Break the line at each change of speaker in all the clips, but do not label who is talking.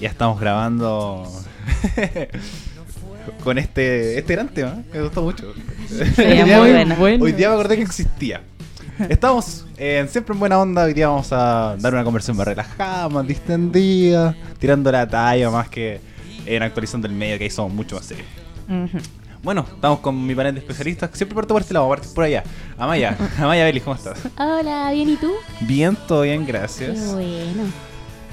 Ya estamos grabando con este, este gran tema, me gustó mucho. Hoy día
muy
me-
bueno.
Hoy día me acordé que existía. Estamos en Siempre en Buena Onda, hoy día vamos a dar una conversación más relajada, más distendida, tirando la talla más que en actualizando el medio, que ahí somos mucho más serios.
Ujú.
Bueno, estamos con mi panel de especialistas, siempre parto por este lado, parto por allá. Amaya, Amaya Vélez, ¿cómo estás?
Hola, ¿bien y tú?
Bien, todo bien,
Qué
gracias.
bueno.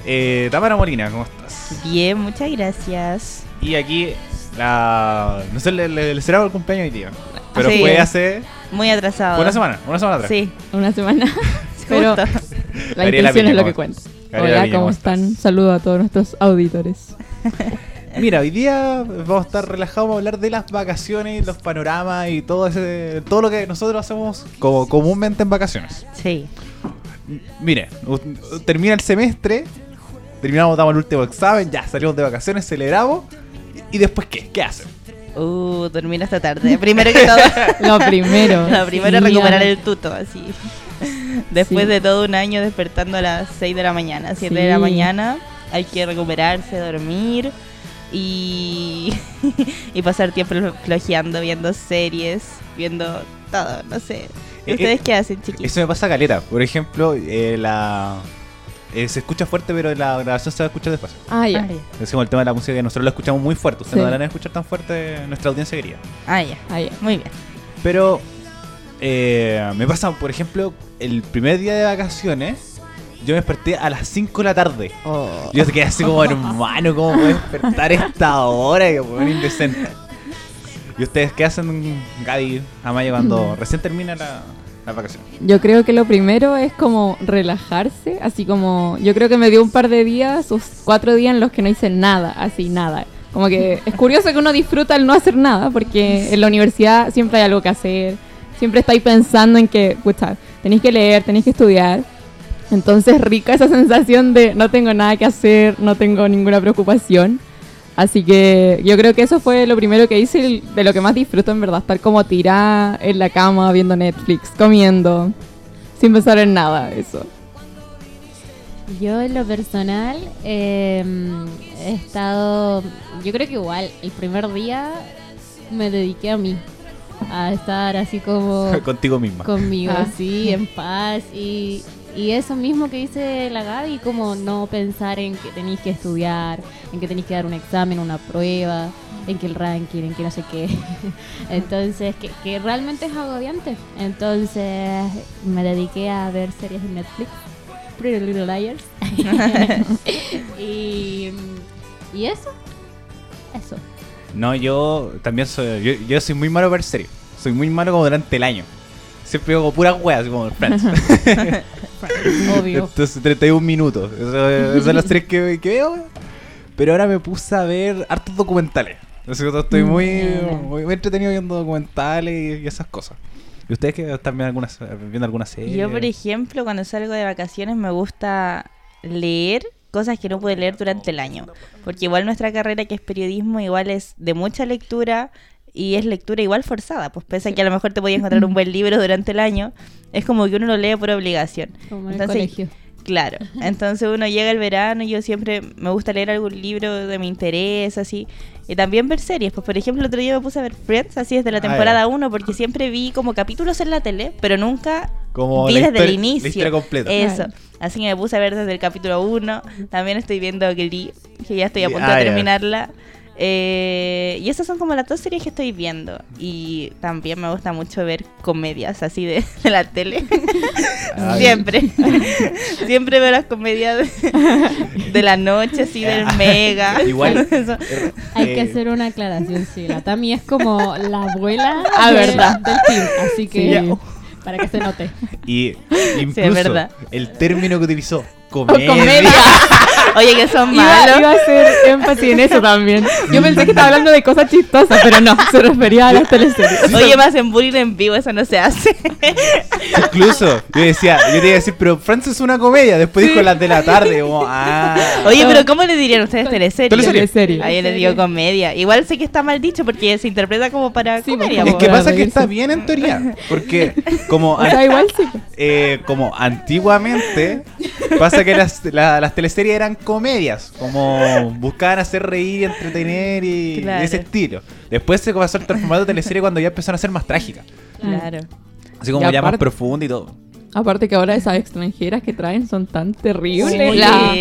Eh, Tamara Molina, ¿cómo estás?
Bien, muchas gracias.
Y aquí, la... no sé, le, le, le celebramos el cumpleaños hoy día. Pero
Sí.
fue hace
Muy
Ah.
atrasado.
una semana, una semana atrás.
Sí,
Una semana.
pero
Pero- La intención es lo que
cuento.
cuenta.
Gabriela
Hola,
Viña,
¿cómo
¿cómo estás?
están? Saludo a todos nuestros auditores.
Mira, hoy día vamos a estar relajados, vamos a hablar de las vacaciones, los panoramas y todo ese, todo lo que nosotros hacemos como comúnmente en vacaciones.
sí.
Mire, u- termina el semestre, terminamos, damos el último examen, ya salimos de vacaciones, celebramos. ¿Y después qué? ¿Qué hacen?
Uh, dormir hasta tarde. Primero que todo,
Lo primero.
lo primero es
sí,
recuperar
ya.
el tuto, así. Después
Sí.
de todo un año despertando a las 6 de la mañana, 7 de la
Sí.
mañana, hay que recuperarse, dormir y, y pasar tiempo flojeando, viendo series, viendo todo, no sé.
Eh,
¿Ustedes
eh,
qué hacen, chiquillos?
Eso me pasa a caleta. Por ejemplo, eh, la. eh, se escucha fuerte, pero la grabación se va a escuchar despacio.
Ah, ya.
Decimos el tema de la música que nosotros lo escuchamos muy fuerte. Ustedes
Sí.
no darán a escuchar tan fuerte nuestra audiencia querida.
Ah, ya.
Ah, ya.
Muy bien.
Pero eh, me pasa, por ejemplo, el primer día de vacaciones, yo me desperté a las 5 de la tarde. Yo quedé así como, hermano, ¿cómo voy a despertar a esta hora? Que weón indecente. ¿Y ustedes qué hacen, Gaby, Amaya, cuando recién termina la, la vacación?
Yo creo que lo primero es como relajarse, así como yo creo que me dio un par de días, o cuatro días en los que no hice nada, así nada. Como que es curioso que uno disfruta el no hacer nada, porque en la universidad siempre hay algo que hacer, siempre estáis pensando en que, pucha, tenéis que leer, tenéis que estudiar. Entonces rica esa sensación de no tengo nada que hacer, no tengo ninguna preocupación. Así que yo creo que eso fue lo primero que hice, y de lo que más disfruto en verdad, estar como tirada en la cama viendo Netflix, comiendo, sin pensar en nada, eso.
Yo en lo personal eh, he estado, yo creo que igual, el primer día me dediqué a mí, a estar así como
Contigo misma.
conmigo,
Ah.
sí, en paz y, y eso mismo que dice la Gaby, como no pensar en que tenéis que estudiar, en que tenéis que dar un examen, una prueba, en que el ranking, en que no sé qué. Entonces, que, que realmente es agobiante. Entonces, me dediqué a ver series en Netflix, Pretty Little Liars. y, y eso, eso.
No, yo también soy. Yo, yo soy muy malo para ver serio. Soy muy malo como durante el año. Siempre hago puras weas, como Friends.
Obvio.
Entonces, 31 minutos. Esas esas son las tres que, que veo. Pero ahora me puse a ver hartos documentales. Así que estoy muy,
Mm.
muy, muy entretenido viendo documentales y, y esas cosas. ¿Y ustedes que están viendo algunas viendo alguna serie?
Yo, por ejemplo, cuando salgo de vacaciones me gusta leer cosas que no pude leer durante el año. Porque igual nuestra carrera que es periodismo igual es de mucha lectura y es lectura igual forzada. Pues pese a que a lo mejor te podías encontrar un buen libro durante el año, es como que uno lo lee por obligación.
Como en el
Entonces,
colegio.
Claro, entonces uno llega el verano y yo siempre me gusta leer algún libro de mi interés, así. Y también ver series, pues por ejemplo el otro día me puse a ver Friends, así desde
Ah,
la
ya.
temporada 1, porque siempre vi como capítulos en la tele, pero nunca
Como
vi
la
desde el
histori- la
inicio. Eh,
historia completa.
Eso,
Claro.
así que me puse a ver desde el capítulo 1, también estoy viendo Glee, que ya estoy a punto
Ah, ya.
de terminarla. Eh, y esas son como las dos series que estoy viendo. Y también me gusta mucho ver comedias así de- de la tele.
Ay,
Siempre. Siempre veo las comedias de, de la noche, así del mega.
Ah. Igual.
¿ah? Eso.
eh,
Hay que hacer una aclaración, sí. La Tami es como la abuela
Ah,
de-
verdad.
del team, así que
Sí.
para que se note.
Y incluso
verdad.
el término que utilizó,
Comedia.
Oye, que son
Iba, iba
malos.
a hacer énfasis en eso también. Yo pensé que estaba hablando de cosas chistosas, pero no, se refería a las teleseries.
Oye, me hacen bullying en vivo, eso no se hace.
Incluso, yo decía, yo te iba a decir, pero Friends es una comedia. Después dijo las de la tarde. Como, ah.
Oye, pero ¿cómo le dirían ustedes teleserie?
Teleserie.
Teleserie.
Ah, yo les digo comedia. Igual sé que está mal dicho porque se interpreta como para
Sí, pues,
comedia.
es
po.
que
para
pasa que
reírse.
está bien en teoría. Porque como,
O sea, igual sí.
eh, como antiguamente Pasa que las, la- las teleseries eran comedias, como buscaban hacer reír, entretener y, y
Claro.
ese estilo. Después se pasó al transformato de teleserie cuando ya empezaron a ser más trágicas,
Claro.
así como
Y
ya más
aparte-
profunda y todo.
Aparte que ahora esas extranjeras que traen son tan terribles.
Sí,
La-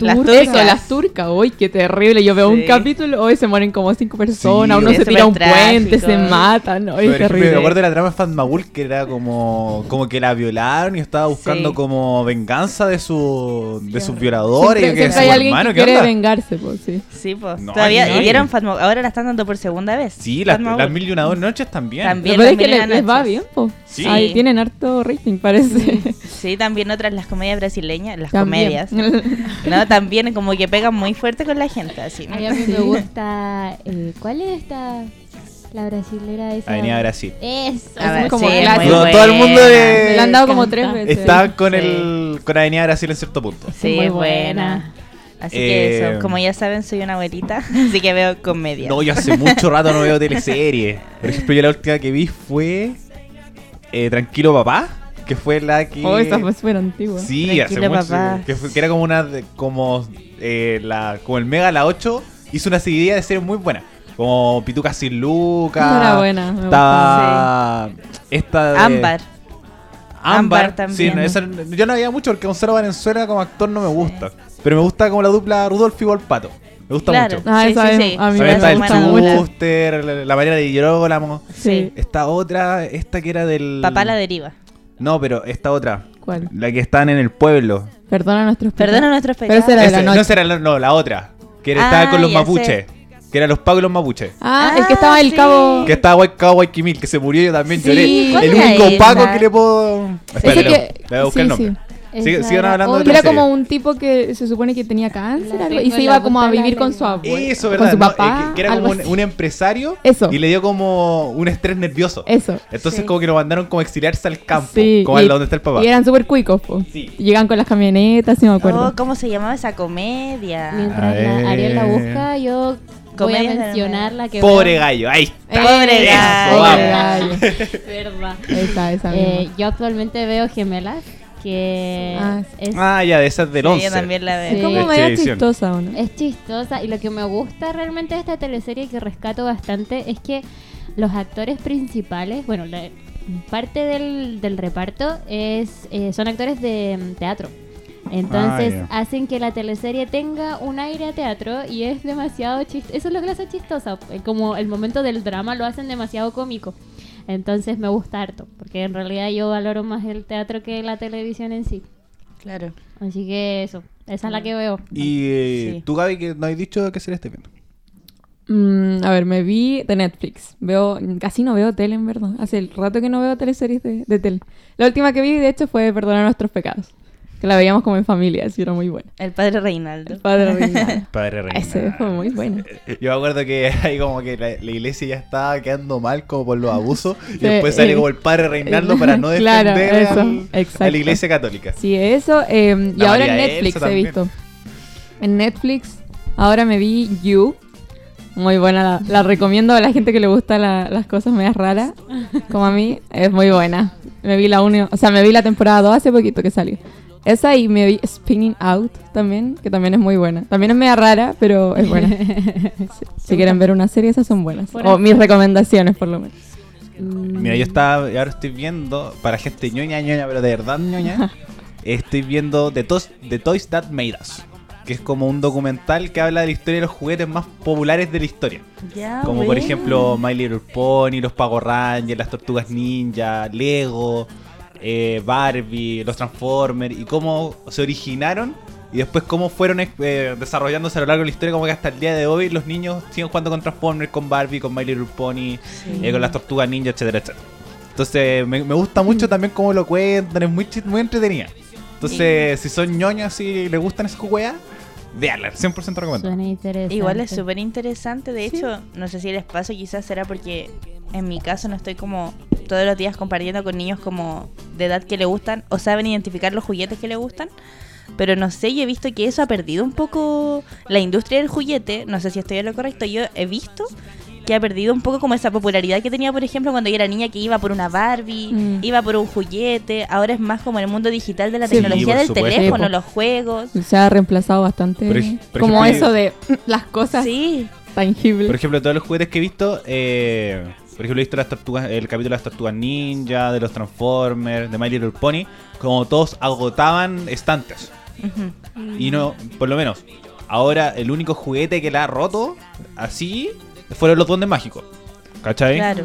las
tur-
turcas.
eso, las turcas, uy, qué terrible. Yo veo
Sí.
un capítulo, hoy se mueren como cinco personas,
Sí,
uno
es
se tira a un
súper
puente,
trágico.
se matan, hoy
Por
es
ejemplo, me acuerdo de
terrible.
la trama de Fatmagul que era como, como que la violaron y estaba buscando
Sí.
como venganza de, su, de sus
Siempre,
violadores. y que
siempre
su
hay alguien
hermano,
que
¿qué
quiere
onda?
vengarse, pues sí.
Sí, pues.
No,
Todavía
no.
y vieron Fatmo- Ahora la están dando por segunda vez.
Sí, las,
Fatmagul.
las mil y una dos noches también.
Lo
También.
peor es que
también
les,
eran
les va
anchas.
bien, pues.
Sí.
Ahí tienen harto rating, parece.
Sí, también otras las comedias brasileñas, las
También.
comedias. No, también como que pegan muy fuerte con la gente, así.
Ay, a mí me gusta. eh, ¿Cuál es esta? La brasilera esa.
Avenida Brasil.
Eso.
A ver,
como
sí, es
la-
muy
No,
buena.
todo el mundo de-
Me la han dado como tres
Canta.
veces.
Está con
Sí.
el con Avenida Brasil en cierto punto.
Sí,
Muy
es buena. Así que
Eh,
eso, como ya saben, soy una abuelita, así que veo comedia.
No, yo hace mucho rato no veo teleseries. Por ejemplo, yo la última que vi fue eh, Tranquilo Papá, que fue la que...
Oh, esa fue súper antigua.
Sí, hace
Tranquilo,
mucho.
papá.
Que, fue- que era como una. de- Como, eh, la, como el Mega La 8 hizo una seguidilla de series muy buena. Como Pituca sin Luca.
Esa era buena, me
Estaba. Esta de-
Ámbar.
Ámbar
Ámbar también.
Sí, no, esa- yo no había mucho porque Gonzalo Valenzuela como actor no me gusta. Pero me gusta como la dupla Rudolfi y Volpato. Me gusta
Claro.
mucho.
Ah,
Sí,
esa
sí,
es-
sí.
a mí
También
me
está el
gusta mucho.
Chuster, la, la manera de Girolamo.
Sí.
Esta otra, esta que era del.
Papá la deriva.
No, pero esta otra.
¿Cuál?
La que están en el pueblo.
Perdona a nuestros
Perdona
pecados.
nuestros
Pero esa
pecados.
era de la
Ese-
noche.
No, esa era la, no, la otra. Que era-
Ah,
estaba con los
ya
mapuches. Que eran los pagos y los mapuches.
Ah,
Ah,
el que estaba en el
sí.
cabo.
Que estaba Waikau Waikimil, que se murió yo también
Sí.
lloré.
¿Cuál
El
era
único
esa?
pago que le puedo. Espérate, le
que-
voy- le voy a buscar el
sí,
nombre.
sí.
Sigue-
Esa
sigan
era
hablando de
Que era
teleserie.
como un tipo que se supone que tenía cáncer
La
algo, y
tengo
se
en la
iba como a
punta de la
vivir con
lengua.
su abuelo.
Eso,
Con
¿verdad?
su
¿no?
papá.
Eh, que, que era
algo
como un,
así.
un empresario
Eso.
y le dio como un estrés nervioso.
Eso.
Entonces,
Sí.
como que lo mandaron como a exiliarse al campo,
Sí,
como
y-
al donde está el papá.
Y eran súper cuicos, po.
Sí.
Llegan con las camionetas, si me acuerdo.
Oh, ¿Cómo se llamaba esa comedia?
A
Mientras la- Ariel la
ver.
busca, yo voy
Comedia
a
de
mencionar la que.
Pobre gallo, ahí está.
Pobre
Eso,
gallo.
vamos.
Verdad.
Esa, esa
Eh,
misma.
yo actualmente veo gemelas, que
Ah,
es,
Ah, ya, de esas del
Sí,
11.
yo también la veo.
Es
sí.
como
Leche
medio
edición.
chistosa, ¿o no?
es chistosa. Y lo que me gusta realmente de esta teleserie que rescato bastante es que los actores principales, bueno, la- parte del, del reparto es eh, son actores de mm, teatro. Entonces
Ah,
hacen que la teleserie tenga un aire a teatro y es demasiado chistoso. Eso es lo que la hace chistosa. eh, Como el momento del drama lo hacen demasiado cómico. Entonces me gusta harto, porque en realidad yo valoro más el teatro que la televisión en sí.
Claro.
Así que eso, esa es
Ah.
la que veo.
Y eh,
Sí.
tú, Gaby, que no has dicho qué este serie estés viendo.
Mm, a ver, me vi de Netflix. Veo, casi no veo tele, en verdad. Hace el rato que no veo teleseries de, de tele. La última que vi, de hecho, fue Perdonar nuestros pecados. Que la veíamos como en familia, así era muy buena.
El padre Reinaldo.
El padre Reinaldo.
Padre
Ese fue muy bueno.
Yo me acuerdo que ahí como que la, la iglesia ya estaba quedando mal como por los abusos y
Sí,
después sale
eh,
como el padre Reinaldo para no
claro,
defender
eso,
al- a
exacto.
la iglesia católica.
Sí, eso. eh, y
La
ahora en
María
Netflix
Elsa
he
también.
visto. En Netflix, ahora me vi You. Muy buena, la, la recomiendo a la gente que le gustan las cosas medias raras, como a mí, es muy buena. Me vi la uno, o sea, me vi la temporada 2 hace poquito que salió. Esa y me vi Spinning Out también, que también es muy buena. También es media rara, pero es buena. Sí, si quieren ver una serie, esas son buenas.
Por
O
ahí.
mis recomendaciones, por lo menos.
Mira, yo estaba, ahora estoy viendo, para gente ñoña, ñoña, pero de verdad ñoña, estoy viendo The, Toys- The Toys That Made Us, que es como un documental que habla de la historia de los juguetes más populares de la historia.
Ya,
Como por
Ah, bueno.
ejemplo My Little Pony, los Power Rangers, las Tortugas Ninja, Lego, eh, Barbie, los Transformers y cómo se originaron y después cómo fueron eh, desarrollándose a lo largo de la historia, como que hasta el día de hoy los niños siguen jugando con Transformers, con Barbie, con My Little Pony, eh, con las Tortugas Ninja, etcétera, etcétera. Entonces me, me gusta mucho también cómo lo cuentan, es muy, chi- muy entretenida. Entonces, si son ñoñas y les gustan esas weas, veanla, 100% recomendado.
Suena interesante.
Igual es súper interesante, de hecho, no sé si les paso, quizás será porque en mi caso no estoy como todos los días compartiendo con niños como de edad que le gustan o saben identificar los juguetes que le gustan. Pero no sé, yo he visto que eso ha perdido un poco la industria del juguete, no sé si estoy en lo correcto, yo he visto que ha perdido un poco como esa popularidad que tenía, por ejemplo, cuando yo era niña que iba por una Barbie,
Mm.
iba por un juguete, ahora es más como el mundo digital de la
Sí,
tecnología
por
del
supuesto.
teléfono,
Sí, po.
los juegos.
Se ha reemplazado bastante
Por ej- por
como
ejemplo,
eso de las cosas
Sí,
tangibles.
Por ejemplo, todos los juguetes que he visto, eh, por ejemplo, he visto las tortugas, el capítulo de las tortugas ninja, de los Transformers, de My Little Pony, como todos agotaban estantes.
Ujú.
Y no, por lo menos, ahora el único juguete que la ha roto así fueron los duendes mágicos. ¿Cachai?
claro.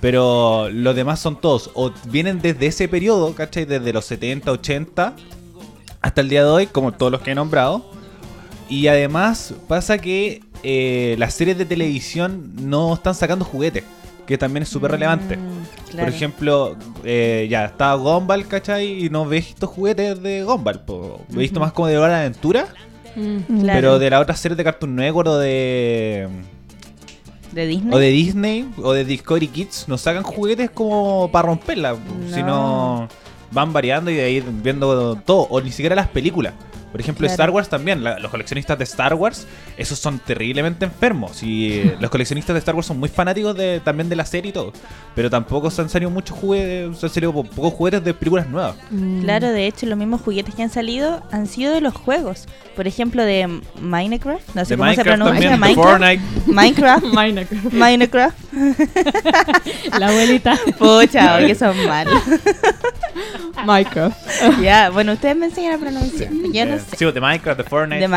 Pero los demás son todos, o vienen desde ese periodo, ¿cachai? Desde los 70, 80, hasta el día de hoy, como todos los que he nombrado. Y además pasa que eh, las series de televisión no están sacando juguetes, que también es súper relevante.
Mm,
Por
claro.
ejemplo, eh, ya está Gumball, ¿cachai? Y no ves estos juguetes de Gumball, po. he visto más como de Hora de Aventura,
Mm.
Claro.
pero de la otra serie de Cartoon Network o de...
de Disney.
O de Disney o de Discovery Kids nos sacan juguetes como para romperla, sino van variando y de ahí viendo todo, o ni siquiera las películas. Por ejemplo,
Claro.
Star Wars también, la- los coleccionistas de Star Wars, esos son terriblemente enfermos. Y eh, los coleccionistas de Star Wars son muy fanáticos de, también de la serie y todo, pero tampoco se han salido muchos juguetes, se han salido po- pocos juguetes de películas nuevas.
mm.
Claro, de hecho, los mismos juguetes que han salido han sido de los juegos. Por ejemplo, de Minecraft. No sé
de
cómo se
Minecraft
pronuncia.
también, de
Minecraft.
Fortnite.
Minecraft.
Minecraft.
Minecraft.
La abuelita.
Pucha, oye, que son malos.
Minecraft.
ya, bueno, ustedes me enseñan a pronunciar. Yo no
Eh,
sé.
sí, de Minecraft, de Fortnite. pues.
De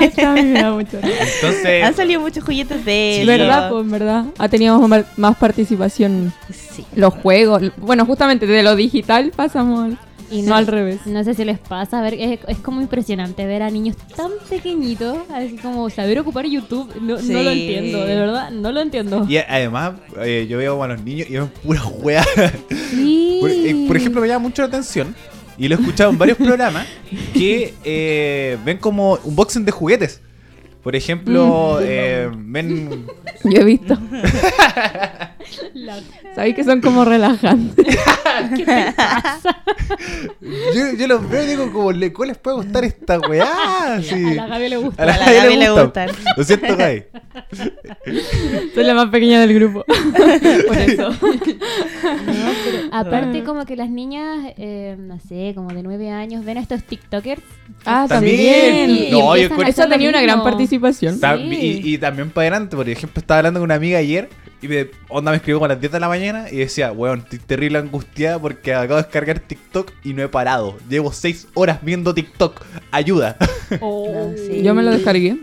La Chavi me da mucho risa.
Entonces,
Han salido muchos juguetes de.
Sí.
los-
¿Verdad? Pues, ¿verdad? Ha tenido más, más participación
Sí.
los juegos. Bueno, justamente de lo digital pasamos al-
Y
no, al revés.
No sé si les pasa, a ver, es, es como impresionante ver a niños tan pequeñitos, así como saber ocupar YouTube. No,
Sí.
no lo entiendo, de verdad, no lo entiendo.
y además, eh, yo veo a los niños y ven puras weas.
Sí.
Por, eh, por ejemplo, me llama mucho la atención, y lo he escuchado en varios programas, que eh, ven como unboxing de juguetes. Por ejemplo,
Mm.
eh, ven...
Yo he visto.
La-
Sabéis que son como relajantes.
¿Qué te pasa?
Yo, yo los veo y digo, como, ¿le- ¿cuál les puede gustar esta weá? Sí. Ah.
A la Gaby le gusta.
A la Gaby le gustan.
Lo siento, Gaby.
Soy la más pequeña del grupo. Por eso.
Aparte, como que las niñas, eh, no sé, como de nueve años, ven a estos TikTokers.
Ah,
También.
también.
Sí. No, yo
empiezan a
con-
Eso
hacer
ha
lo
tenido una gran
mismo.
participación.
Ta-
Sí.
Y, y también para adelante, por ejemplo, estaba hablando con una amiga ayer y me, onda me escribió como a las 10 de la mañana y decía, weón, estoy terrible angustiada porque acabo de descargar TikTok y no he parado. Llevo 6 horas viendo TikTok. Ayuda.
No, sí.
Yo me lo descargué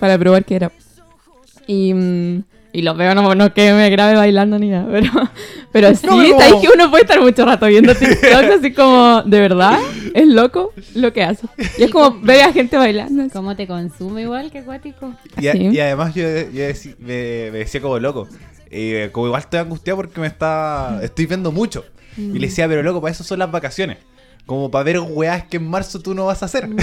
para probar qué era. Y, mm, y los veo, no, no que me grabe bailando ni nada, pero, pero sí,
No me
sabéis
como.
que uno puede estar mucho rato viendo TikTok, así como, de verdad, es loco lo que hace. Y es como ver a gente bailando. así.
¿Cómo te consume igual que acuático?
Y, a-
Sí.
y además yo, yo decí- me, me decía como loco. eh, como igual estoy angustiado porque me está. estoy viendo mucho. Y
Mm.
le decía, pero loco, para eso son las vacaciones. Como para ver weas que en marzo tú no vas a hacer.
Mm.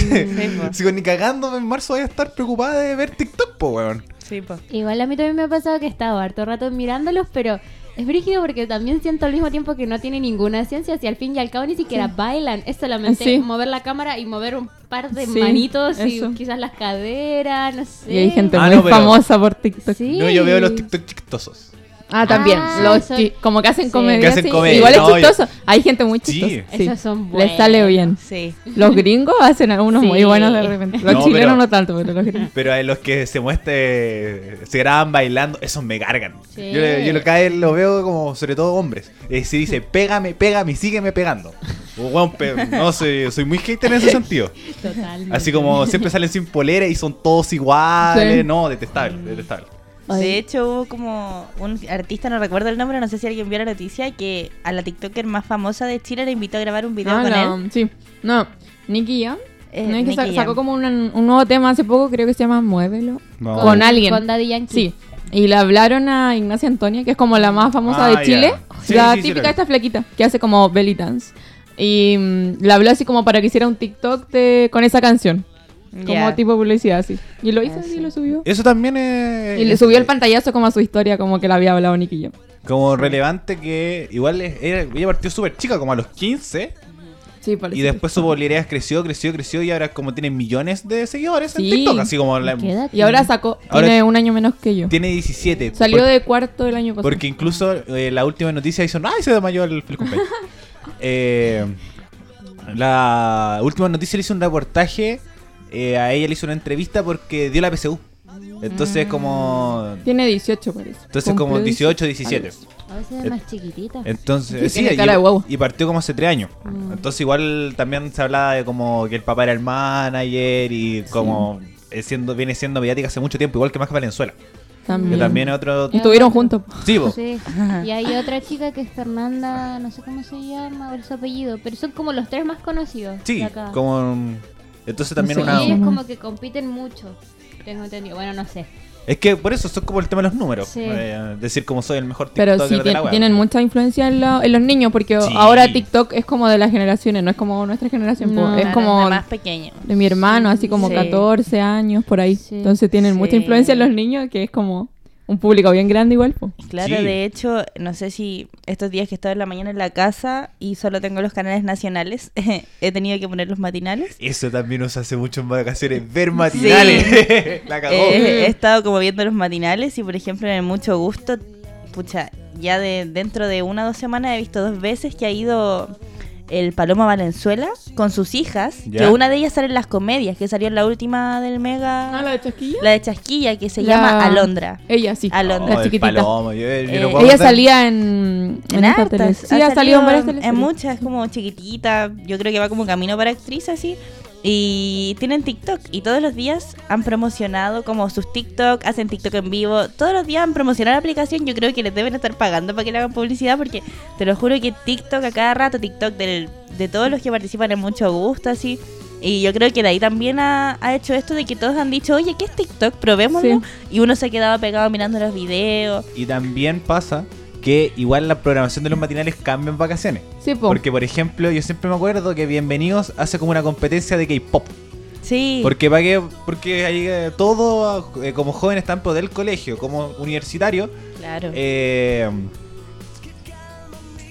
po.
Sigo ni cagando en marzo voy a estar preocupada de ver TikTok, po weón.
Sí, po.
Igual a mí también me ha pasado que he estado harto rato mirándolos, pero es brígido porque también siento al mismo tiempo que no tiene ninguna ciencia, si al fin y al cabo ni siquiera bailan, es solamente
Sí.
mover la cámara y mover un par de
Sí,
manitos
eso.
y quizás las caderas, no sé.
Y hay gente
Ah,
muy
no, pero-
famosa por TikTok.
Sí.
No, yo veo los TikTok chistosos.
Ah, también,
Ah,
los
son-
chi- como que hacen
sí.
comedia.
Que hacen
sí.
comedia,
Igual es
no, yo-
chistoso. Hay gente muy
Sí.
chistosa. Sí.
Esos son buenos.
Les sale bien.
Sí.
Los gringos hacen algunos muy
Sí.
buenos de repente. Los
No,
chilenos
pero-
no tanto, pero los gringos.
Pero a los que se muestre, se graban bailando, esos me cargan.
Sí.
Yo, le- yo lo, cae, lo veo como, sobre todo hombres. Eh, si dice, pégame, pégame, y sígueme pegando. Weón, pe- no soy, soy muy hater en ese sentido.
Totalmente.
Así como siempre salen sin polera y son todos iguales.
Sí.
No, detestable, detestable.
Ay.
De hecho, hubo como un artista, no recuerdo el nombre, no sé si alguien vio la noticia, que a la TikToker más famosa de Chile le invitó a grabar un video
Ah,
con
la-
él.
Sí. No, Nicky Jam.
Eh,
no es que
Nicky
sa-
Jam.
sacó como un, un nuevo tema hace poco, creo que se llama Muévelo.
No.
Con alguien.
Con Daddy Yankee.
Sí. Y le hablaron a Ignacia Antonia, que es como la más famosa
Ah,
de Chile.
ya. Sí,
la
sí, sí,
típica
la vi.
esta flaquita, que hace como belly dance. Y mm, le habló así como para que hiciera un TikTok de- con esa canción.
Ya.
Como tipo publicidad así. Y lo hizo
Ah,
así,
sí.
lo subió.
Eso también es.
Y le
eh.
subió el pantallazo como a su historia, como que la había hablado Nicky Jam.
Como relevante que igual es- era- ella partió súper chica, como a los 15.
Sí,
Y
parece que
después
está.
su popularidad creció, creció, creció y ahora como tiene millones de seguidores en
Sí.
TikTok, así como la-
¿Qué edad
Y ahora
tiene?
sacó.
Ahora-
tiene un año menos que yo.
tiene 17.
Salió
por-
de cuarto el año pasado.
Porque incluso eh, la última noticia hizo, ¡ay, se desmayó el feliz cumpleaños". Eh, la última noticia le hizo un reportaje, eh, a ella le hizo una entrevista porque dio la PSU. Entonces como...
Tiene 18, parece.
Entonces como
Cumplió
18, 17.
A veces
Eh,
es más chiquitita.
Entonces, sí,
Tiene
y,
cara de Mm. guagua.
y partió como hace tres años. Entonces, igual también se hablaba de como que el papá era el manager y como eh, siendo, viene siendo mediática hace mucho tiempo, igual que más que Valenzuela. Que
También.
también es otro.
Y Estuvieron juntos.
Sí, po.
Sí. Y hay otra chica que es Fernanda, no sé cómo se llama o su apellido, pero son como los tres más conocidos.
Sí,
de acá.
como. Entonces también
No sé.
Y
una.
ellos como que compiten mucho. Tengo entendido. Bueno, no sé.
Es que por eso son como el tema de los números.
Sí.
Eh, decir como soy el mejor TikToker
Pero sí,
de la
tien-
web.
tienen mucha influencia en, lo- en los niños, porque
Sí.
ahora TikTok es como de las generaciones, no es como nuestra generación, po.
No.
es
Claro,
como
de más pequeño.
de mi hermano, así como
Sí.
14 años, por ahí.
Sí.
Entonces tienen mucha
Sí.
influencia en los niños, que es como un público bien grande igual. po.
Claro,
Sí.
de hecho, no sé si estos días que he estado en la mañana en la casa y solo tengo los canales nacionales, he tenido que poner los matinales.
Eso también nos hace mucho en vacaciones. Ver matinales. la cagó.
Eh, he estado como viendo los matinales y, por ejemplo, en el Mucho Gusto, pucha, ya de dentro de una o dos semanas he visto dos veces que ha ido el Paloma Valenzuela con sus hijas,
Ya.
que una de ellas sale en las comedias, que salió en la última del Mega, la...
de Chasquilla?
de Chasquilla, que se
Ah, La-
llama Alondra.
Ella sí.
Alondra.
Oh, el
La chiquitita.
palomo, yo- yo
Eh,
no puedo
Ella
aguantar.
salía en,
En
esta
hartas,
tele- Sí, ha salido en varias teleseries.
muchas, como chiquitita, yo creo que va como camino para actriz así. Y tienen TikTok y todos los días han promocionado como sus TikTok, hacen TikTok en vivo, todos los días han promocionado la aplicación, yo creo que les deben estar pagando para que le hagan publicidad porque te lo juro que TikTok a cada rato, TikTok del- de todos los que participan en mucho gusto así. Y yo creo que de ahí también ha, ha hecho esto de que todos han dicho, oye, ¿qué es TikTok? Probémoslo.
Sí.
Y uno se ha quedado pegado mirando los videos.
Y también pasa que igual la programación de los matinales cambia en vacaciones.
Sí, po.
Porque, por ejemplo, yo siempre me acuerdo que Bienvenidos hace como una competencia de K-pop.
Sí.
Porque para que, porque ahí eh, todo, eh, como jóvenes, tanto del colegio como universitario,
claro.
eh,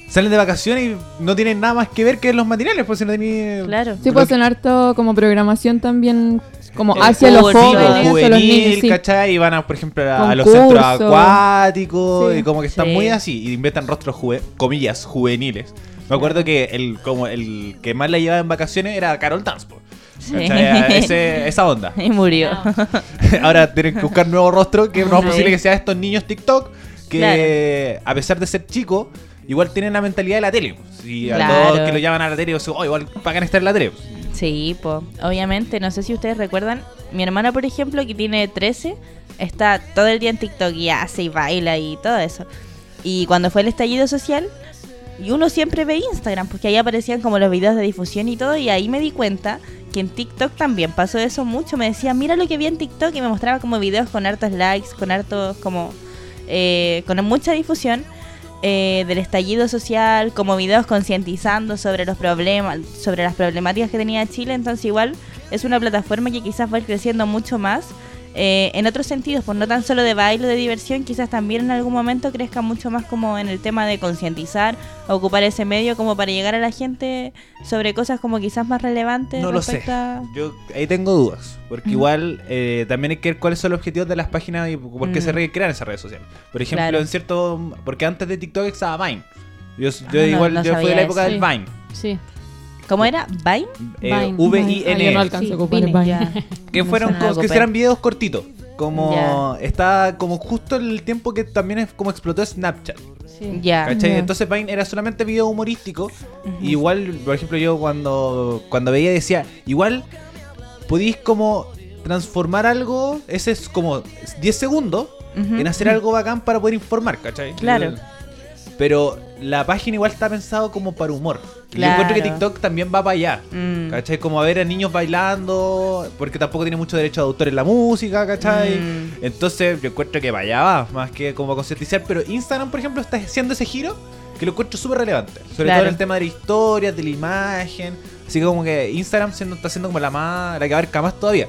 salen de vacaciones y no tienen nada más que ver que los matinales, pues si no eh, tienen.
Claro.
Sí,
Lo
pues
que-
en harto como programación también, como
eh,
hacia los
juvenil,
jóvenes, hacia los
juvenil,
niños. sí.
¿cachai? Y van, a, por ejemplo, a, a los
Concurso.
centros acuáticos
Sí.
y como que están
Sí.
muy así. Y inventan rostros, juve- comillas, juveniles. Me acuerdo que el, como el que más la llevaba en vacaciones era Carol Dance. po.
Sí.
¿Cachai? Ese- esa onda.
Y murió.
Ah.
Ahora tienen que buscar nuevo rostro que no es
Sí.
posible que sea estos niños TikTok que a pesar de ser chicos igual tienen la mentalidad de la tele. Si a
Claro.
todos que lo llaman a la tele, o sea, "Oh, igual pagan estar en la tele.
Sí, po. obviamente, no sé si ustedes recuerdan, mi hermana, por ejemplo, que tiene 13, está todo el día en TikTok y hace y baila y todo eso. Y cuando fue el estallido social, y uno siempre ve Instagram, porque ahí aparecían como los videos de difusión y todo, y ahí me di cuenta que en TikTok también pasó eso mucho. Me decía, mira lo que vi en TikTok y me mostraba como videos con hartos likes, con hartos como... eh, con mucha difusión eh, del estallido social, como videos concientizando sobre los problemas, sobre las problemáticas que tenía Chile, entonces igual es una plataforma que quizás va a ir creciendo mucho más eh, en otros sentidos, pues no tan solo de baile, de diversión, quizás también en algún momento crezca mucho más como en el tema de concientizar, ocupar ese medio como para llegar a la gente sobre cosas como quizás más relevantes.
No lo sé.
respecto a-
Yo ahí tengo dudas,
Mm.
porque igual eh, también hay que ver cuáles son los objetivos de las páginas y por qué
Mm.
se recrean esas redes sociales. Por ejemplo,
Claro.
en cierto. Porque antes de TikTok estaba Vine. Yo, yo
Ah, no,
igual
no
yo fui de la
sabía
época
eso.
del Vine.
Sí.
¿Cómo era?
eh,
¿Vine?
Vine.
Ah, yo no
V-I-N.
alcanzo
Sí,
a ocupar
vine,
Vine.
ya.
Que fueron
suena
cosas que
algo,
eran videos cortitos. Como
Ya.
está como justo el tiempo que también es como explotó Snapchat.
Sí.
Ya.
¿Cachai?
Ya.
Entonces Vine era solamente video humorístico. Igual, por ejemplo, yo cuando, cuando veía decía, igual podéis como transformar algo, ese es como 10 segundos,
Ujú.
en hacer algo bacán para poder informar, ¿cachai?
Claro.
Pero la página igual está pensado como para humor. Y yo
Claro.
encuentro que TikTok también va para allá.
Mm.
¿Cachai? Como a ver a niños bailando, porque tampoco tiene mucho derecho de autor en la música, ¿cachai?
Mm.
Entonces yo encuentro que para allá va, más que como a concientizar. Pero Instagram, por ejemplo, está haciendo ese giro que lo encuentro súper relevante. Sobre
Claro.
todo en el tema de la historia, de la imagen. Así que como que Instagram siendo- está siendo como la más la que abarca más todavía.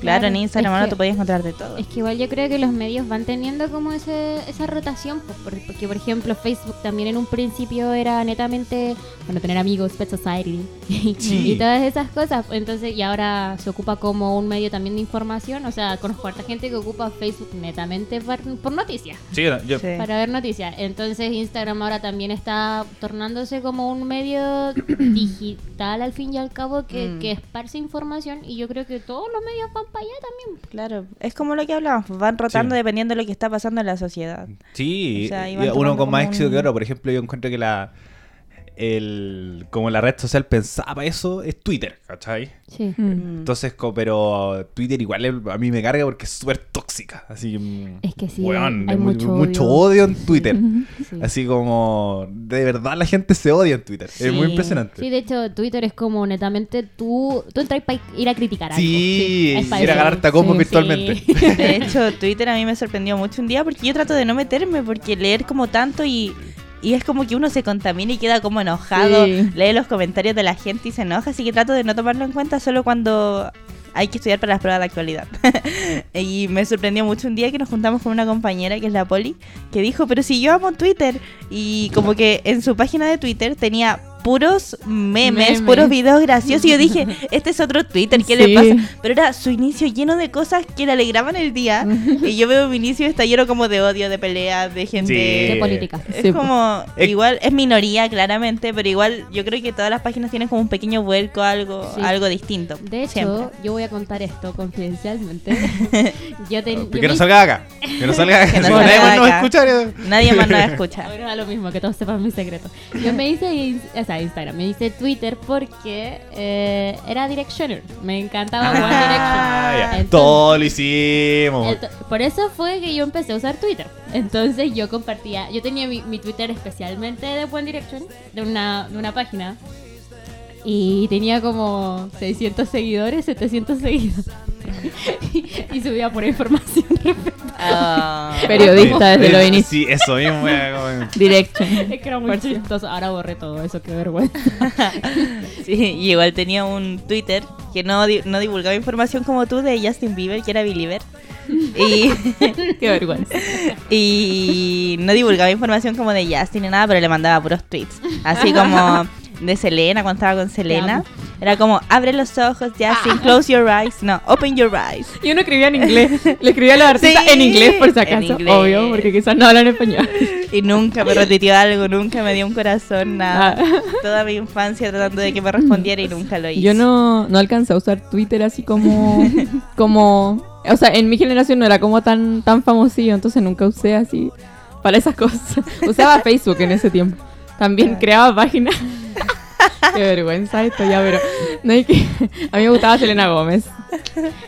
Claro, en
Claro,
Instagram
es
ahora
que-
tú podías encontrar de todo.
Es que igual yo creo que los medios van teniendo como ese, esa rotación, pues, por- porque por ejemplo Facebook también en un principio era netamente, bueno, tener amigos, Pet Society
Sí.
y todas esas cosas, pues, entonces y ahora se ocupa como un medio también de información, o sea, conozco harta gente que ocupa Facebook netamente por, por noticias,
Sí, yo- yo-
Sí.
para ver noticias, entonces Instagram ahora también está tornándose como un medio digital al fin y al cabo que,
Mm.
que esparce información y yo creo que todos los medios van para allá también.
Claro, es como lo que hablábamos, van rotando
Sí.
dependiendo de lo que está pasando en la sociedad.
Sí,
O sea,
y
iban tomando
uno con más
como
éxito que
un-
otro. Por ejemplo, yo encuentro que la el, como la red social pensaba para eso es Twitter, ¿cachai?
Sí.
Mm.
Mm.
Entonces, co- pero Twitter igual es- a mí me carga porque es súper tóxica. Así, mm,
Es que sí,
weón,
hay
mu-
mucho
odio en Twitter.
Sí.
Así como, de verdad la gente se odia en Twitter.
Sí.
Es muy impresionante.
Sí, de hecho, Twitter es como netamente tú, tú entras para ir a criticar algo.
Sí,
es para
ir a
eso.
agarrarte a combos
Sí.
virtualmente.
De hecho, Twitter a mí me sorprendió mucho un día porque yo trato de no meterme porque leer como tanto y, y es como que uno se contamina y queda como enojado,
Sí.
lee los comentarios de la gente y se enoja, así que trato de no tomarlo en cuenta solo cuando hay que estudiar para las pruebas de actualidad. y me sorprendió mucho un día que nos juntamos con una compañera que es la Poli, que dijo, pero si yo amo Twitter y como que en su página de Twitter tenía puros memes,
Memes.
puros videos graciosos y yo dije, este es otro Twitter, ¿qué le
Sí.
pasa? Pero era su inicio lleno de cosas que le alegraban el día. y yo veo mi inicio está lleno como de odio, de peleas, de
Sí.
gente.
De política.
Es
Sí,
como,
Eh.
igual, es minoría claramente, pero igual yo creo que todas las páginas tienen como un pequeño vuelco, algo,
Sí.
algo distinto.
De hecho,
siempre.
yo voy a contar esto confidencialmente. yo ten- yo
Ah, que no
me-
salga de acá. Que no salga de acá.
Que no
Si
salga
nadie
de
más nos
acá.
escucha, eh.
nadie más nada escucha.
Ahora da lo mismo, que todos sepan mi secreto. Yo me hice in- o sea, Instagram, me hice Twitter porque eh, era Directioner. Me encantaba One Direction.
Ah, ya.
Entonces-
Todo lo hicimos.
Ento- por eso fue que yo empecé a usar Twitter. Entonces yo compartía, yo tenía mi, mi Twitter especialmente de One Direction, de una, de una página. Y tenía como 600 seguidores, 700 seguidores. y subía por información respecto.
Ah.
Periodista desde
Sí,
los inicios.
Sí, eso mismo. era como-
Direction.
Es que era muy chistoso. Ahora borré todo eso, qué vergüenza.
Sí, y igual tenía un Twitter que no, di- no divulgaba información como tú de Justin Bieber, que era Believer. Y,
Qué vergüenza.
y no divulgaba información como de Justin ni nada, pero le mandaba puros tweets. Así como de Selena, cuando estaba con Selena.
amo.
pues.
Era como, abre los ojos,
Ah.
Justin, close your eyes. No, open your eyes.
Y uno escribía en inglés. Le escribía a los artistas
Sí,
en inglés, por si
en
acaso.
inglés.
Obvio, porque quizás no hablan español.
Y nunca me retuiteó algo, nunca me dio un corazón, nada.
Ah.
Toda mi infancia tratando de que me respondiera y nunca lo hice.
Yo no, no alcancé a usar Twitter así como. como o sea, en mi generación no era como tan, tan famosillo, entonces nunca usé así para esas cosas. Usaba Facebook en ese tiempo. También creaba páginas. Qué vergüenza esto ya, pero. No hay que... A mí me gustaba Selena Gómez.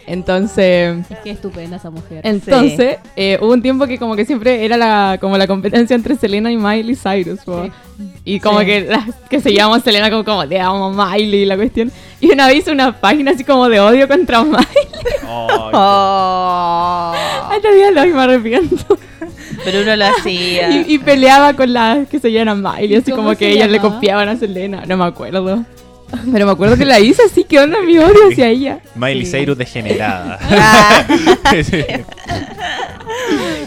Entonces.
Es que estupenda esa mujer.
Entonces, eh, hubo un tiempo que como que siempre era la, como la competencia entre Selena y Miley Cyrus, po. Y como
Sí.
que las que se llaman Selena como, como te amo Miley, la cuestión. Y una vez hice una página así como de odio contra Miley.
Oh,
Oh,
Hasta el día de hoy me arrepiento.
pero uno lo hacía.
Y, y peleaba con las que se llaman Miley, así
¿Cómo
como que
se
ellas le
llamaba?
copiaban a Selena. No me acuerdo. Pero me acuerdo que la hice así, que onda mi odio hacia ella.
Miley Cyrus degenerada.
Ah.
Sí.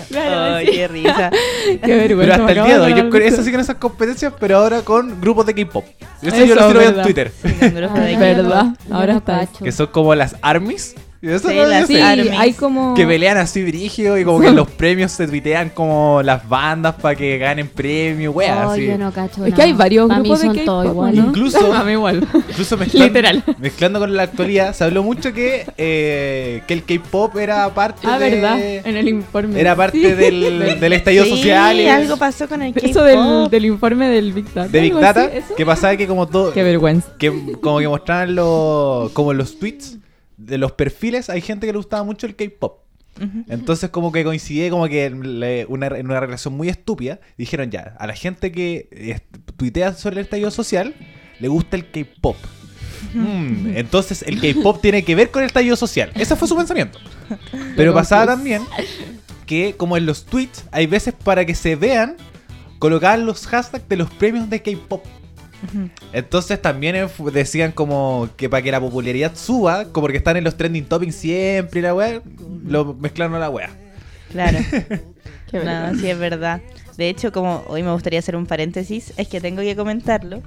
Claro,
Ay,
sí.
qué risa.
Qué
Pero
vergüenza.
hasta
me
el
acabo
día de
de
hoy, yo
acordar
con-
de
eso
eso.
siguen esas competencias, pero ahora con grupos de K-pop. Eso, yo
Eso,
lo veo en
verdad.
Twitter.
Es verdad,
Yo
ahora
no
está eso.
cacho.
Que son como las armies. Y eso
Sí,
no lo
las
sé.
Sí,
Armies.
hay como...
Que pelean así brígido y como que en los premios se tuitean como las bandas para que ganen premio, wea,
Oh,
así.
yo no cacho
Es que hay
nada.
varios
Pa' mí
grupos de
son todos
K-pop,
iguales.
¿no?
Incluso-
a mí igual.
Incluso mezclando,
Literal.
mezclando con la actualidad, se habló mucho que, eh, que el K-pop era parte
Ah,
de-
verdad, en el informe.
Eh, Era parte
Sí.
del, del estallido
Sí,
social. y-
algo pasó con el
Eso
K-pop.
del, del informe del Big Data.
de Big
algo
Data,
así, ¿eso?
que pasaba que como todo,
Qué vergüenza.
que como que mostraban los como los tweets de los perfiles, hay gente que le gustaba mucho el K-pop.
Ujú.
Entonces como que coincide como que le- una, en una relación muy estúpida, dijeron ya, a la gente que eh, tuitea sobre el estallido social, le gusta el K-pop. Mm, entonces el K-pop tiene que ver con el estallido social. Ese fue su pensamiento. Pero pasaba también que como en los tweets hay veces para que se vean colocaban los hashtags de los premios de K-pop.
Ujú.
Entonces también eh, fu- decían como que para que la popularidad suba, como que están en los trending topics siempre y la weá, lo mezclaron a la weá.
Claro.
Qué
no,
vergüenza.
sí es verdad. De hecho, como hoy me gustaría hacer un paréntesis, es que tengo que comentarlo.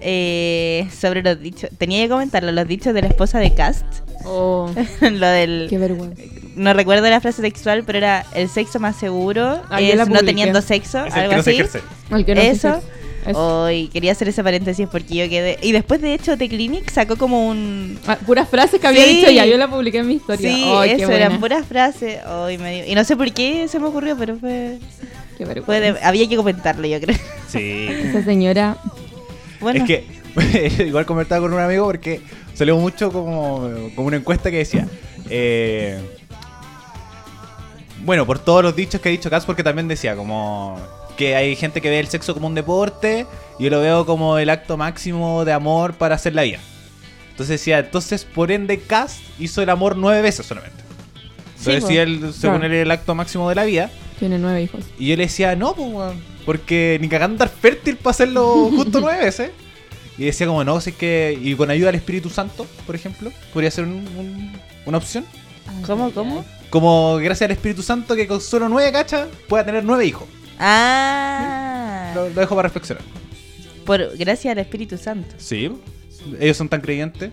eh, sobre los dichos. Tenía que comentarlo, los dichos de la esposa de Cast.
Oh,
lo del.
qué vergüenza.
No recuerdo la frase textual, pero era el sexo más seguro
Ah, yo
es
la
no
publiqué.
teniendo sexo,
Es el
algo
que no se
así.
ejerce.
El que no se
Eso. Oh.
ejerce. Eso.
Hoy quería hacer ese paréntesis porque yo quedé. Y después, de hecho, The Clinic sacó como un.
Ah, puras frases que había
Sí.
dicho ya, yo la publiqué en mi historia.
Sí,
Ay, qué
eso, eran
buena.
puras frases. Ay, me dio- Y no sé por qué se me ocurrió, pero fue.
Qué vergüenza.
fue de- Había que comentarlo, yo creo.
Sí.
Esa señora,
Es
Bueno,
que igual comentaba con un amigo porque salió mucho como, como una encuesta que decía. eh, bueno, por todos los dichos que ha dicho Katz, porque también decía como que hay gente que ve el sexo como un deporte, y yo lo veo como el acto máximo de amor para hacer la vida. Entonces decía, entonces por ende Katz hizo el amor nueve veces solamente.
Sí,
Entonces
po.
decía, él, según
Claro.
él, el acto máximo de la vida.
tiene nueve hijos.
Y yo le decía, no, pues, weón, porque ni cagando estar fértil para hacerlo justo nueve veces. Y decía como, no, si es que, y con ayuda del Espíritu Santo, por ejemplo, podría ser un- un- una opción.
¿Cómo, cómo?
Como gracias al Espíritu Santo que con solo nueve cachas pueda tener nueve hijos.
Ah,
Lo, lo dejo para reflexionar.
por, gracias al Espíritu Santo.
Sí. Ellos son tan creyentes.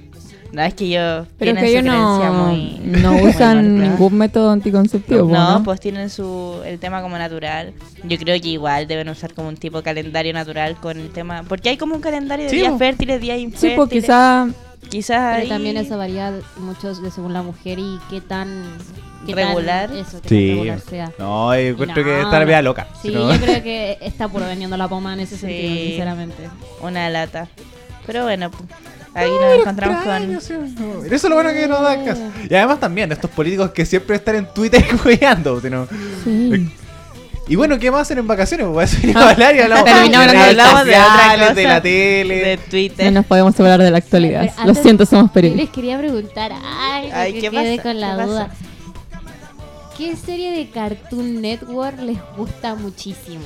No, es que yo.
Pero
tienen
que
su
ellos no,
creencia muy-
no
muy
usan
marcada.
ningún método anticonceptivo.
No,
No,
pues tienen su, el tema como natural. Yo creo que igual deben usar como un tipo de calendario natural con el tema. Porque hay como un calendario de
Sí,
días
po.
fértiles, días
Sí,
infértiles.
pues quizá
Quizás
Pero
ahí-
también eso varía mucho de según la mujer y qué tan qué
Regular.
tan- eso, qué tan
Sí.
regular sea.
No, yo encuentro que
No,
esta
no.
vea loca.
Sí,
si no-
yo creo que está por vendiendo la poma en ese
Sí.
sentido, sinceramente.
Una lata. Pero bueno, pues, ahí nos encontramos
Extraño,
con...
sí, no. Eso es lo bueno que no da caso. Y además también, estos políticos que siempre están en Twitter cuidando, sino...
Sí.
Y bueno, ¿qué más hacen en vacaciones? Pues Para eso iba a hablar y hablamos
Terminamos
de
la
redes
Hablamos de otra
sociales,
cosa.
de la tele.
De
no
Twitter.
nos podemos separar de la actualidad.
Pero
Lo
antes-
siento, somos
Yo les
periodistas.
quería preguntar algo
Ay,
que
¿qué
quedé
pasa?
con la
¿Qué pasa?
duda. ¿Qué serie de Cartoon Network les gusta muchísimo?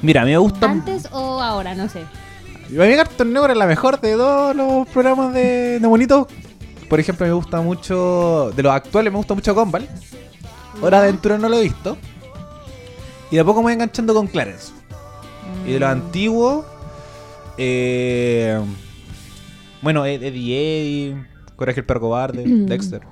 Mira, a mí me gusta.
¿Antes o ahora? No sé.
A mí Cartoon Network es la mejor de todos los programas de, de Monito. Por ejemplo, me gusta mucho. De los actuales, me gusta mucho Gumball. Hora de Aventura no lo he visto. Y de a poco me voy enganchando con Clarence. Y
Mm.
de los antiguos. eh, bueno, Ed- Eddie Eddie. Coraje el perro cobarde. Dexter.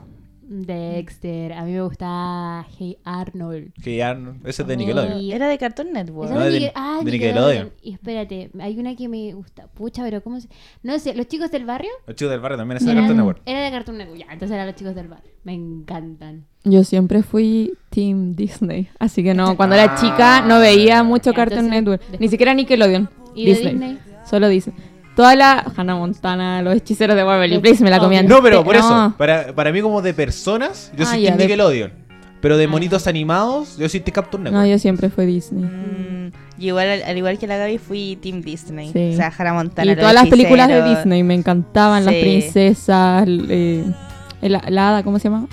Dexter, a mí me gusta Hey Arnold.
Que ya. no- Ese
Oh.
es de Nickelodeon.
Y-
Era de Cartoon
Esa
Network.
No,
de
de-
Nickel- ah,
de Nickelodeon.
Y espérate, hay una que me gusta. Pucha, pero ¿cómo se.? No sé, los chicos del barrio.
Los chicos del barrio también es de
Era,
Cartoon Network.
era de Cartoon Network, ya, entonces eran los chicos del barrio. Me encantan.
Yo siempre fui Team Disney. Así que no, cuando era chica no veía mucho
Ya,
Cartoon
Este Ah,
Network.
entonces, después-
Ni siquiera Nickelodeon.
¿Y de Disney?
Solo Disney. Toda la Hannah Montana, los hechiceros de Waverly
Eh,
Place me la comían.
No, pero por
No.
eso, para, para mí como de personas, yo
Ah,
soy
ya,
Team
de- Ah.
Nickelodeon. Pero de monitos animados, yo soy Team Cartoon
No,
Network.
yo siempre fui Disney.
Mm, y igual, al, al igual que la Gaby, fui Team Disney.
Sí.
O sea, Hannah Montana.
Y
Los
todas las películas de
Hechiceros.
Disney me encantaban, las
Sí.
princesas, l- eh, el- la hada, ¿cómo se llama?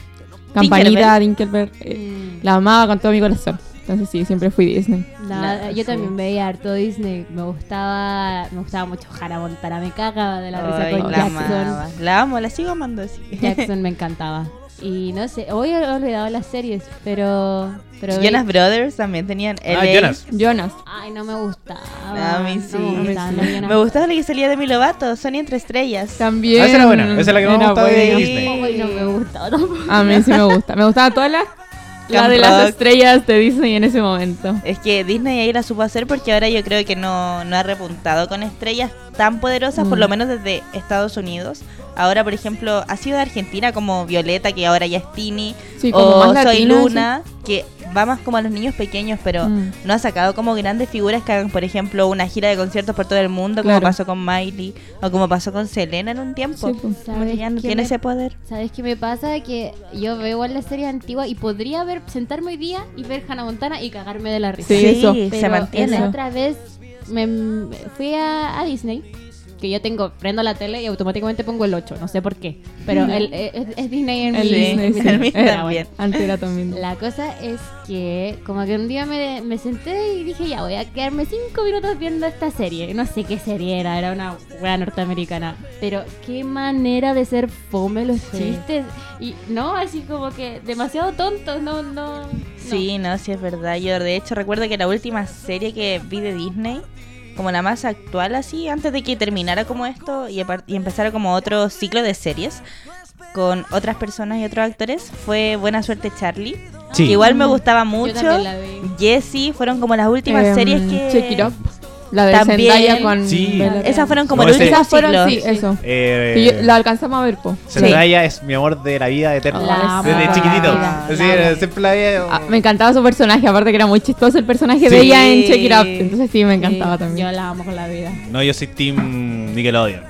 Campanita, Dinkelberg. eh,
Mm,
la amaba con todo mi corazón. Entonces sí, siempre fui Disney.
la-
Nada,
yo
sí.
también veía harto Disney. Me gustaba me gustaba mucho Hannah Montana. Me cagaba de la risa
Ay,
con
la
Jackson.
amaba. La amo, la sigo amando así.
Jackson me encantaba. Y no sé, hoy he olvidado las series, pero. pero ve-
Jonas Brothers también tenían
Ah,
LA.
Jonas.
Jonas.
Ay, no me gustaba.
A mí sí.
No me gustaba, no veía
Me
nada.
gustaba la que salía de mi Lovato, Sony entre estrellas.
También.
Ah, esa era buena, esa es la que más me
Era
gustaba de
buena.
Disney.
Ay, no me gustaba tampoco.
A mí sí me gusta. Me gustaba toda la, la
Camp
de las
Rock.
estrellas de Disney en ese momento.
Es que Disney ahí la supo hacer porque ahora yo creo que no, no ha repuntado con estrellas tan poderosas, por
Mm.
lo menos desde Estados Unidos. Ahora, por ejemplo, ha sido de Argentina como Violeta, que ahora ya es Tini,
Sí, como
o
más
Soy
latina,
Luna, que va más como a los niños pequeños, pero
Mm.
no ha sacado como grandes figuras que hagan, por ejemplo, una gira de conciertos por todo el mundo, como
Claro.
pasó con Miley o como pasó con Selena en un tiempo.
Sí, pues.
Como que ya no
¿Sabes qué
tiene
me-
ese poder.
¿Sabes qué me pasa? Que yo veo las series antiguas y podría ver, sentarme hoy día y ver Hannah Montana y cagarme de la risa.
Sí, eso.
se mantiene.
la otra vez me, me fui a, a Disney que yo tengo, prendo la tele y automáticamente pongo el 8, no sé por qué. Pero el- es, es Disney en
El
mi-
Disney,
en
sí.
mi-
mí
Ah,
también.
Antes era también.
La cosa es que como que un día me, me senté y dije, ya voy a quedarme cinco minutos viendo esta serie. No sé qué serie era, era una wea norteamericana. Pero qué manera de ser fome los chistes. Y no, así como que demasiado tontos, no, no. no.
Sí, no, sí es verdad. Yo de hecho recuerdo que la última serie que vi de Disney, como la más actual así, antes de que terminara como esto y, apar- y empezara como otro ciclo de series con otras personas y otros actores, fue Buena Suerte Charlie.
Sí.
Que igual me gustaba mucho.
también la vi.
Jessie, fueron como las últimas
Em,
series que...
Check It Up. La de
También.
Zendaya con.
Sí.
Bella
Esas fueron como
No,
los
ese-
últimos
Esas fueron,
ciclos.
sí, eso.
Eh,
Y yo- la alcanzamos a ver, po.
Zendaya es mi amor de la vida eterna.
La
Desde
amo.
chiquitito.
La
Así,
amo.
siempre la veía.
Ah, me encantaba su personaje, aparte que era muy chistoso el personaje
Sí.
de ella en Check It Up. Entonces sí, me encantaba
Sí,
también.
Yo la amo con la vida.
No, yo soy Team Nickelodeon.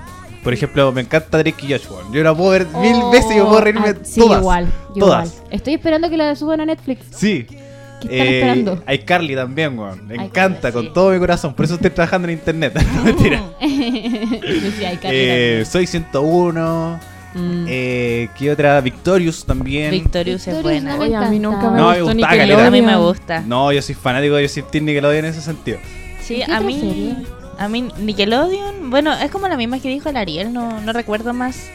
Por ejemplo, me encanta Drake y Josh. weón. Yo la puedo ver mil veces y yo puedo reírme
Ah, sí,
todas.
igual, yo
todas.
igual. Estoy esperando que la suban a Netflix.
Sí.
¿Qué están
Eh,
esperando?
Hay Carly también, weón. Me
Ay,
encanta
Carly,
con
sí.
todo mi corazón. Por eso estoy trabajando en internet. No, mentira.
Sí, hay que
Eh, soy 101.
Mm.
Eh, ¿Qué otra? Victorious también.
Victorious es
Victorious
buena.
no me
Oye, a mí nunca me
No, me
gustó
gustaba
Nickelodeon.
caleta.
A mí me gusta.
no, yo soy fanático, yo soy Team Nickelodeon en ese sentido.
Sí,
¿Qué
a
otra
mí,
serie?
a mí Nickelodeon, bueno, es como la misma que dijo el Ariel, no, no recuerdo más.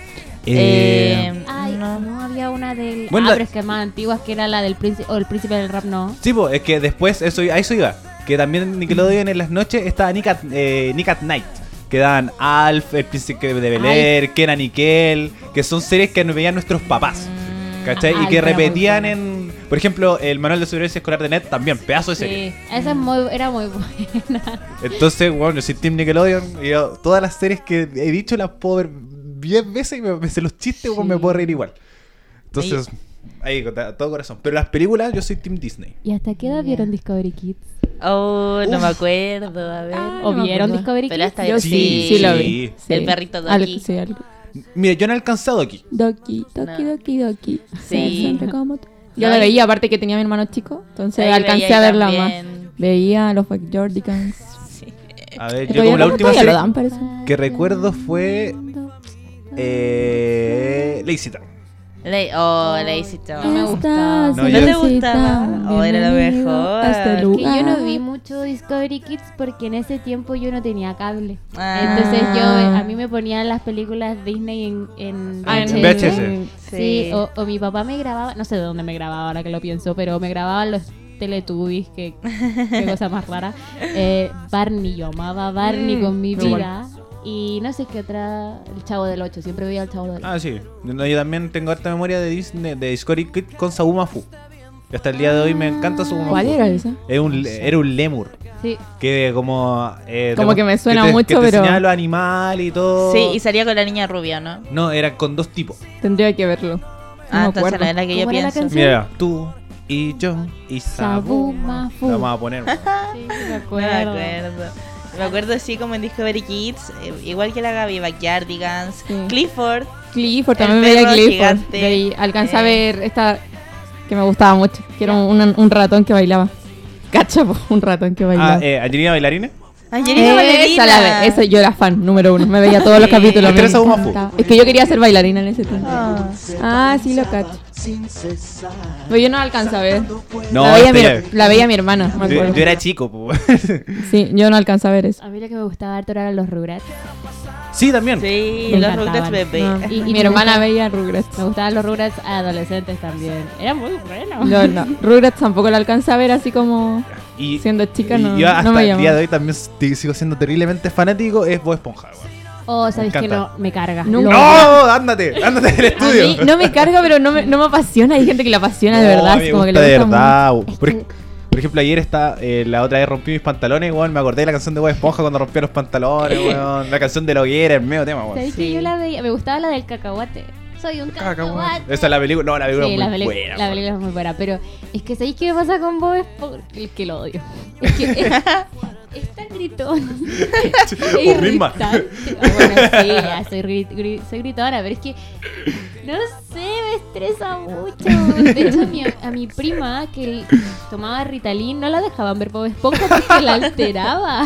Eh,
Ay, no.
no.
había una del.
Bueno,
ah,
la-
pero es que más antiguas que era la del príncipe. O el príncipe del rap, no.
Sí, po, es que después, eso, a eso iba. Que también Nickelodeon en las noches estaba Nick at, eh, Nick at Night. Que daban Alf, El Príncipe de Bel Air, Kenan y Kel, que son series que nos veían nuestros papás. ¿Cachai?
Alf
y que
era muy
repetían
buena.
en. Por ejemplo, el manual de supervivencia escolar de Ned también, pedazo de serie.
Sí, esa es muy, era muy buena.
Entonces, bueno, yo soy Team Nickelodeon. Y yo, todas las series que he dicho las puedo ver 10 veces y me, me sé los chistes, weón, me puedo reír igual. Entonces, ahí, con ta- todo corazón. Pero las películas, yo soy Team Disney.
¿Y hasta qué edad vieron Discovery Kids?
Oh, no
Uf.
me acuerdo, a ver.
Ah,
¿O
no me
vieron
acuerdo.
Discovery
Pero
Kids?
hasta
Yo
ahí
sí,
Sí.
sí, lo vi. Sí.
El perrito Doki.
Algo- sí, algo.
Mira, yo no he alcanzado aquí.
Doki, Doki,
No.
Doki, Doki.
Sí.
Siempre como tú. Yo
No,
la
y-
veía, aparte que tenía a mi hermano chico, entonces
Ahí
alcancé
veía
a
ahí
verla
también.
más. Veía a los Jordigans.
A ver, yo
Todavía
como Eh, la
no-
última
todavía
serie
lo dan, parece.
que recuerdo fue. Eh. Lazy Town.
Le- oh, Lazy Town.
No me gustaba.
Estás
No,
en
yo-
la
¿No te
cita,
gustaba? Oh, era lo
bienvenido
mejor.
a este
Que
Que yo
lugar.
no vi mucho Discovery Kids porque en ese tiempo yo no tenía cable.
Ah.
Entonces yo, eh, a mí me ponían las películas Disney en, en
Ah, en
VHS.
Sí,
Sí.
o, o mi papá me grababa, no sé de dónde me grababa ahora que lo pienso, pero me grababa los Teletubbies, que, qué cosa más rara. Eh, Barney, yo amaba a Barney
Mm,
con mi
igual.
vida. Y no sé qué otra, el Chavo del 8, siempre veía al Chavo del 8.
Ah, sí. No, yo también tengo harta memoria de Disney, de Discovery Kid con Sabuma Fu. Y hasta el día de hoy me encanta Sabuma
¿Cuál
Fu.
era esa?
Era un, le- era un lemur.
Sí,
Que como. eh,
Como que me suena
te-
mucho,
que te
pero-
enseñaba los animales y todo.
Sí, y salía con la niña rubia, ¿no?
No, era con dos tipos.
Tendría que verlo.
Ah,
no me
entonces
acuerdo.
la es la que yo
¿Cómo era la
pienso.
canción?
Mira, tú y yo y Sabuma
Sabuma Fu.
Fu. La vamos a poner.
sí, me
No me
acuerdo.
acuerdo. Me acuerdo así como en Discovery Kids, eh, igual que la Gaby, Backyardigans,
Sí.
Clifford.
Clifford,
El
también veía
perro
Clifford.
gigante.
Veí- Alcancé a
Eh.
ver esta que me gustaba mucho, que era un, un ratón que bailaba. Cachapo, un ratón que bailaba.
Ah, eh, ¿Angelina Bailarina?
Angelina
esa la
Valerina.
ve- esa yo era fan número uno, me veía todos los capítulos. me
Tres a Uma Fu.
encantaba. Es que yo quería ser bailarina en ese tiempo.
Ah.
Ah, sí, lo cacho. Pero yo no alcanzo a ver.
No,
la, veía
esta
mi,
ya-
la veía mi hermana, me
Yo,
acuerdo.
yo era chico. po.
Sí, yo no alcanzo a ver eso.
A mí lo que me gustaba harto eran los Rugrats.
sí, también.
Sí,
Me
los
encantaban.
Rugrats bebé.
No.
Y- y
mi
me
hermana
gusta-
veía Rugrats.
Me gustaban los Rugrats adolescentes también. Eran muy buenos.
No, no. Rugrats tampoco la alcanza a ver así como
Y,
siendo chica,
y
no,
yo hasta
no me
el día de
llama.
hoy también s- sigo siendo terriblemente fanático, es Bob Esponja. weón.
Oh, sabes
Me
que
encanta.
no, me carga.
No.
Lo-
¡No! ¡Ándate! ¡Ándate del
A
estudio!
mí no me carga, pero no me, no me apasiona. Hay gente que la apasiona de
No,
verdad.
a mí
así
me
como que
gusta
le
de
gusta
verdad. Por,
Es que-
por ejemplo, ayer está, eh, la otra vez rompí mis pantalones, weón. Me acordé de la canción de Bob Esponja cuando rompía los pantalones, weón. La canción de la hoguera, el medio tema, weón.
¿Sabes que yo la veía? Me gustaba la del cacahuate. Soy un cacahuate.
Esa es la película. No, la película
Sí,
es
la,
muy
peli-
buena.
la
weón.
película es muy buena, pero es que ¿sabéis qué me pasa con Bob Esponja? Es que lo odio. Es que es, es tan gritón. es
Vos misma.
irritante. Ah, Bueno, sí, ya, soy, gri- gri- soy gritona, pero es que no sé, me estresa mucho. De hecho, a mi, a mi prima que tomaba Ritalin no la dejaban ver Bob Esponja porque la alteraba.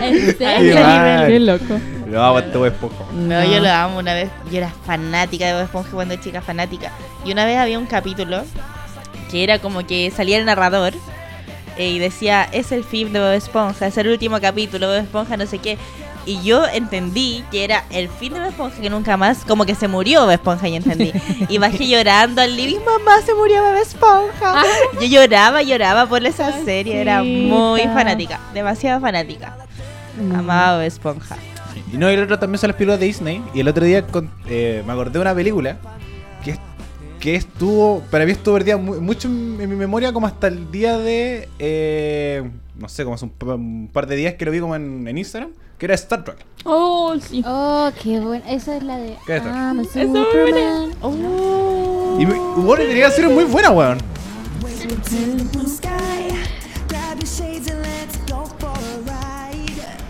En
Qué
serio.
mal.
Qué loco.
Lo aguanto Bob Esponja.
No,
No.
yo lo amo. Una vez, yo era fanática de Bob Esponja cuando era chica fanática. Y una vez había un capítulo que era como que salía el narrador eh, y decía, es el fin de Bob Esponja, es el último capítulo, Bob Esponja, no sé qué. Y yo entendí que era el fin de Bob Esponja, que nunca más, como que se murió Bob Esponja, y entendí. Y bajé llorando al living, mamá, se murió Bob Esponja. Yo lloraba, lloraba por esa
Ah. Ay,
serie, era muy
chica.
fanática, demasiado fanática. Amaba Bob Esponja.
Y no, y el otro también son las películas de Disney. Y el otro día con- eh, me acordé de una película que, es- que estuvo, para mí estuvo perdida mu- mucho en, en mi memoria como hasta el día de, eh, no sé, como hace un, pa- un par de días que lo vi como en, en Instagram, que era Star Trek.
Oh, sí.
Oh, qué buena. Esa es la de.
¿Qué es esto?
I'm a
es muy buena.
Superman.
Y me- bueno, tenía que ser muy buena, weón.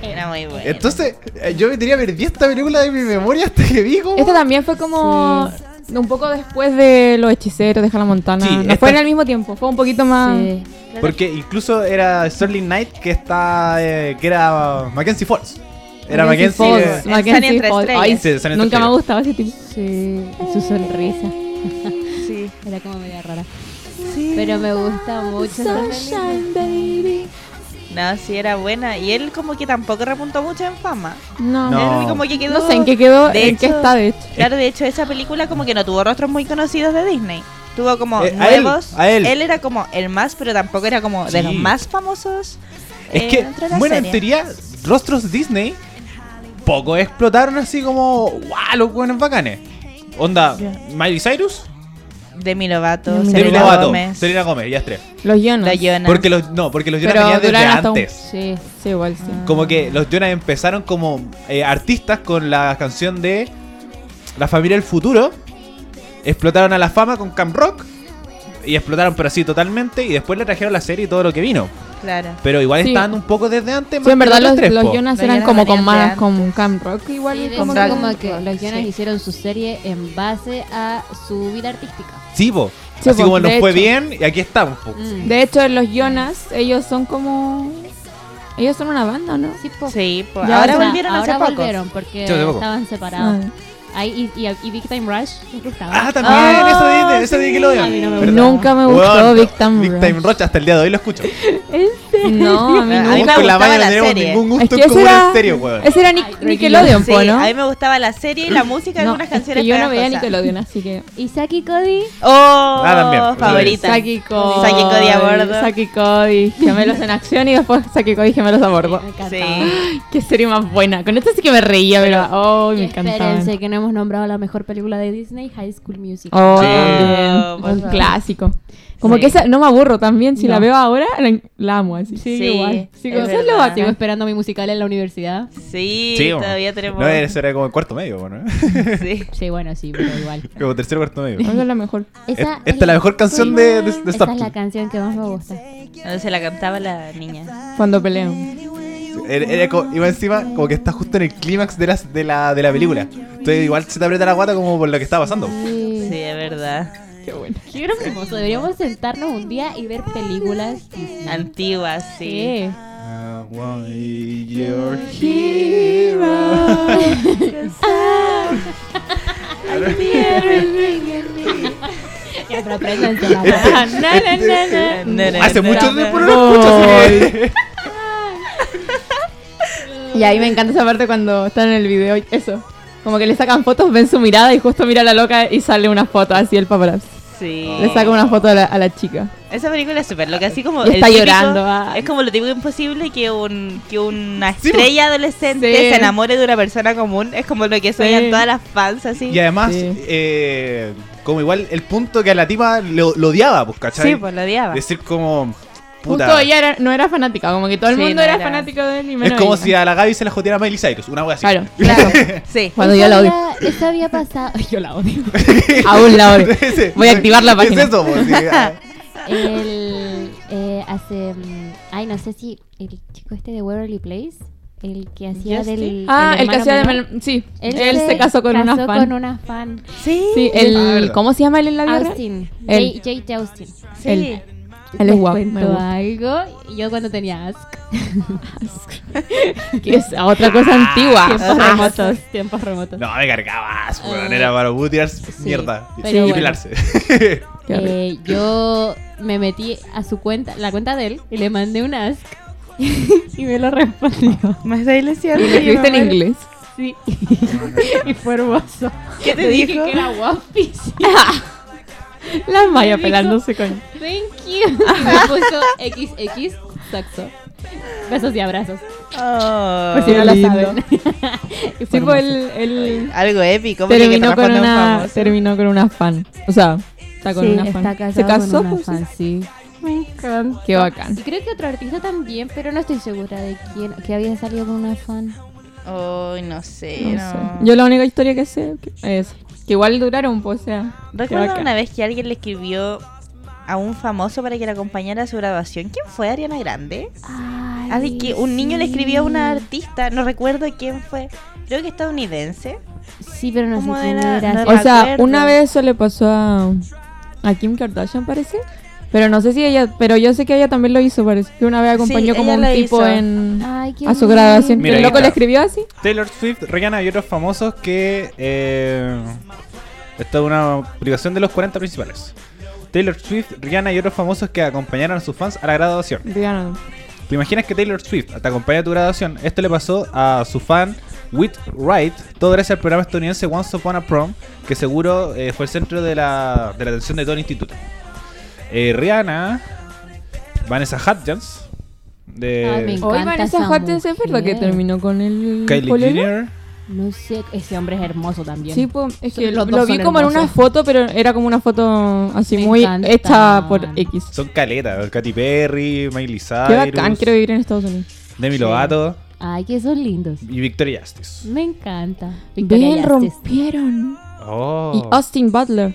Era muy bueno.
Entonces, eh, yo me tenía perdida esta película de mi memoria hasta que vi como...
Esta Este también fue como un poco después de Los Hechiceros de Hannah Montana.
Sí,
no
esta-
fue en el mismo tiempo, fue un poquito más.
Sí.
Porque incluso era Sterling Knight que está, eh, que era Mackenzie Fox. Era Mackenzie...
Mackenzie Fox,
eh,
En San
Mackenzie
Entre
Fox. Ay,
Estrellas. Sí, San Entre
nunca me
Estrellas.
ha gustado ese tipo.
Sí, su sonrisa.
Sí.
Era como media rara. Pero me gusta mucho. esa película.
No, sí era buena. Y él como que tampoco repuntó mucho en fama.
No.
No. no.
Él como que quedó...
sé en qué quedó,
De
en qué
hecho-
está de hecho.
Claro, de hecho esa película como que no tuvo rostros muy conocidos de Disney. Tuvo como
Eh, a él,
nuevos.
a él.
era como el más, pero tampoco era como de
Sí.
los más famosos.
Es
eh,
que,
dentro de la
bueno, en
serie.
teoría, rostros Disney poco explotaron así como, ¡guau! Los buenos bacanes. Onda, Miley Cyrus,
Demi Lovato,
Demi
Selena
Demi Lovato,
Gomez,
Selena Gómez, ya tres.
Los Jonas.
Dayona.
Porque los, no, porque los
Pero
Jonas venían desde
duraron hasta un-
antes.
Sí.
Sí, igual sí.
Como que los Jonas empezaron como eh, artistas con la canción de La familia del futuro. Explotaron a la fama con Camp Rock. Y explotaron, pero así totalmente. Y después le trajeron la serie y todo lo que vino.
Claro.
Pero igual
Sí.
estaban un poco desde antes.
Sí, en verdad los,
tres,
los
po.
Jonas
Los
eran
Jonas
como con
venían de
más,
antes.
con Camp Rock igual.
Sí, de
como
hecho,
Exacto.
que-
como que los Jonas
Sí.
hicieron su serie en base a su vida artística.
Sí, po.
Sí,
Así
po,
como nos
de
fue
hecho.
bien y aquí estamos, po.
Mm.
De hecho, los Jonas, ellos son como... Ellos son una banda, ¿no?
Sí, po.
Sí, pues
Oh. Ya,
ahora
o sea,
volvieron hace
ahora
poco.
volvieron porque
Sí, hace poco.
estaban
Ah.
separados. Ahí, y, y, y Big Time Rush, creo que estaba.
Ah, también,
Ah,
eso dije, eso dije que lo
a mí no me
odian.
Ah.
¿Verdad?
Nunca me gustó
Weón,
Big Time
Big
Rush.
Time Roach, hasta el día de hoy lo escucho.
No, a mí
A
no.
mí
Vos
me
con la
gustaba
Maya no
la
tenemos
serie.
ningún
Es
gusto
que
en
ese
común
era,
en serio, weón.
ese era
Ay,
Nick,
Ricky
Nickelodeon,
Sí,
po, ¿no?
a mí me gustaba la serie y la música de
No,
algunas
es que
canciones.
yo no veía
pegajosas.
Nickelodeon, así que...
Isaki Cody.
Oh,
Ah, también.
favorita.
Saki Cody.
Saki Cody a bordo.
Saki Cody, gemelos en acción y después Saki Cody, gemelos a bordo.
Me encantaba.
Sí.
Qué serie más buena. Con esta sí que me reía, pero. ¡Ay,
Y
me encantaba!
Espérense que no hemos nombrado la mejor película de Disney, High School Music.
Oh,
Sí.
también.
por
Un
favor.
clásico. Como
Sí.
que esa, no me aburro también. Si
No.
la veo ahora, la, la amo así.
Sí, igual.
Sí, como-
es verdad.
eso es lo
Sigo
básico.
esperando mi musical en la universidad.
Sí,
weón.
todavía tenemos.
No, eso era como el cuarto medio, bueno.
Sí.
Sí, bueno, sí, pero igual.
Como tercero cuarto medio.
Esa es la mejor.
Esta es la mejor canción de- de- de
Esta
Star
es la
Trek.
canción que más me gusta.
No se la cantaba la niña.
Cuando pelean.
Era, era como, iba encima como que está justo en el clímax de la, de, la, de la película. Entonces igual se te aprieta la guata como por lo que está pasando.
Sí, es verdad.
Qué bueno.
Qué hermoso. Deberíamos sentarnos un día y ver películas Disney.
Antigua, sí.
Sí.
I wanna be your
Ya, pero apréndansela, ¿no?
Na, na, na, na.
Hace mucho tiempo no lo
Gol.
escucho, así que-
Y ahí me encanta esa parte cuando están en el video. y Eso. Como que le sacan fotos, ven su mirada y justo mira a la loca y sale una foto así el paparazzi.
Sí.
Le saca una foto a la, a la chica.
Esa película es súper loca, así como.
Y
el
está
típico-
llorando, ah.
Es como lo típico imposible que, un, que una
Sí, pues.
estrella adolescente
Sí.
se enamore de una persona común. Es como lo que sueñan todas las fans, así.
Y además,
Sí.
eh, como igual el punto que a la tipa lo, lo odiaba, pues, ¿cachai?
Sí, pues lo odiaba.
Decir como.
Justo
Puta.
ella era- no era fanática, como que todo el
Sí,
mundo
no
era,
era.
fanático de él y
Es
menos
como
ella.
si a la Gaby se la joteara Miley Cyrus, una wea así.
Claro,
Claro. Sí.
cuando yo la odio.
Esta había- Esta había pasado. Yo la odio.
Aún la odio.
Ese-
Voy a activar la
¿Qué
página.
Es eso, po? Sí, ah.
El. eh, hace. mm, Ay, no sé si. El chico este de Waverly Place. El que hacía
Justin.
del.
Ah, el que
hermano
hacía de
menor.
Mel- Sí, él se casó con una fan.
con una fan.
Sí.
Sí,
Ah,
el...
verdad.
¿Cómo se llama él en la vida real?
Austin.
El-
J- J.T. Austin.
Sí.
Él
Ah, Les
es guapo. me
cuento
gusta.
algo. Yo cuando tenía Ask.
Que es otra cosa antigua.
Tiempos
Ah,
remotos. Tiempos remotos.
No, me cargabas, weón. Era para putear mierda.
Eh, pero
y
bueno.
pilarse.
qué horrible.
Eh, yo me metí a su cuenta, la cuenta de él, y le mandé un ask. y me lo respondió.
Me está ilusionando.
Lo escribiste en inglés.
Sí. y fue hermoso.
¿Qué te
Le dije
dijo?
que era guapísima.
Las
Maya
mayas
pelándose
pelándose con.
Thank you. Y me puso XX saxo. Besos y abrazos.
Ah,
Oh.
Pues si no
Qué
la
lindo.
saben.
Y fue
Sí, pues
hermoso.
él, él
Algo épico. porque que
terminó, con
responda un
una,
famoso.
terminó con una fan. O sea, está con
Sí,
una
está
fan.
casado
Se casó,
con una
pues,
fan, sí.
Qué bacán.
Y creo que otro artista también, pero no estoy segura de quién, que había salido con una fan.
Ay, no sé.
No
no.
sé. Yo la única historia que sé que- es que igual duraron, pues, o sea. qué
Recuerdo
bacán.
una vez que alguien le escribió a un famoso para que le acompañara a su graduación. ¿Quién fue? Ariana Grande. Así que un niño le escribió a una artista, no recuerdo quién fue, creo que estadounidense.
Sí, pero no sé
¿Cómo
quién
era?
era.
No
sí.
O sea,
acuerdo.
una vez eso le pasó a, a Kim Kardashian, parece. Pero no sé si ella, pero yo sé que ella también lo hizo, parece. Que una vez acompañó
Sí,
como
ella
un
lo
tipo
hizo.
en
Ay, Ah, qué
a su
bonito.
graduación.
Mira,
que el
ahí
loco
está.
le escribió así.
Taylor Swift, Rihanna y otros famosos que. Eh, esta es una publicación de los 40 principales. Taylor Swift, Rihanna y otros famosos que acompañaron a sus fans a la graduación.
Diana,
¿Te imaginas que Taylor Swift te acompaña a tu graduación? Esto le pasó a su fan Whit Wright, todo gracias al programa estadounidense Once Upon a Prom, que seguro eh, fue el centro de la, de la atención de todo el instituto. Eh, Rihanna, Vanessa Hudgens,
Ay, me
de
Hoy
encanta
Vanessa
esa
Hudgens es verdad que
mujer.
terminó con el
Kylie
pololo?
Jenner,
No sé, ese hombre es hermoso también.
Sí, po, es que
Son- los
lo
dos
vi
son
como en
hermosos.
una foto, pero era como una foto así
Me
muy
encantan.
hecha por X.
son caletas, Katy Perry, Miley
Qué bacán,
Cyrus,
quiero vivir en Estados Unidos.
Demi Lovato
Ay, que son lindos.
y Victoria Justice.
Me encanta. este Victoria
Bien,
Justice.
rompieron. Y
Oh.
Austin Butler,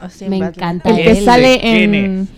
O sea,
Me
Batman.
encanta.
el que
él.
sale
Tiene.
en...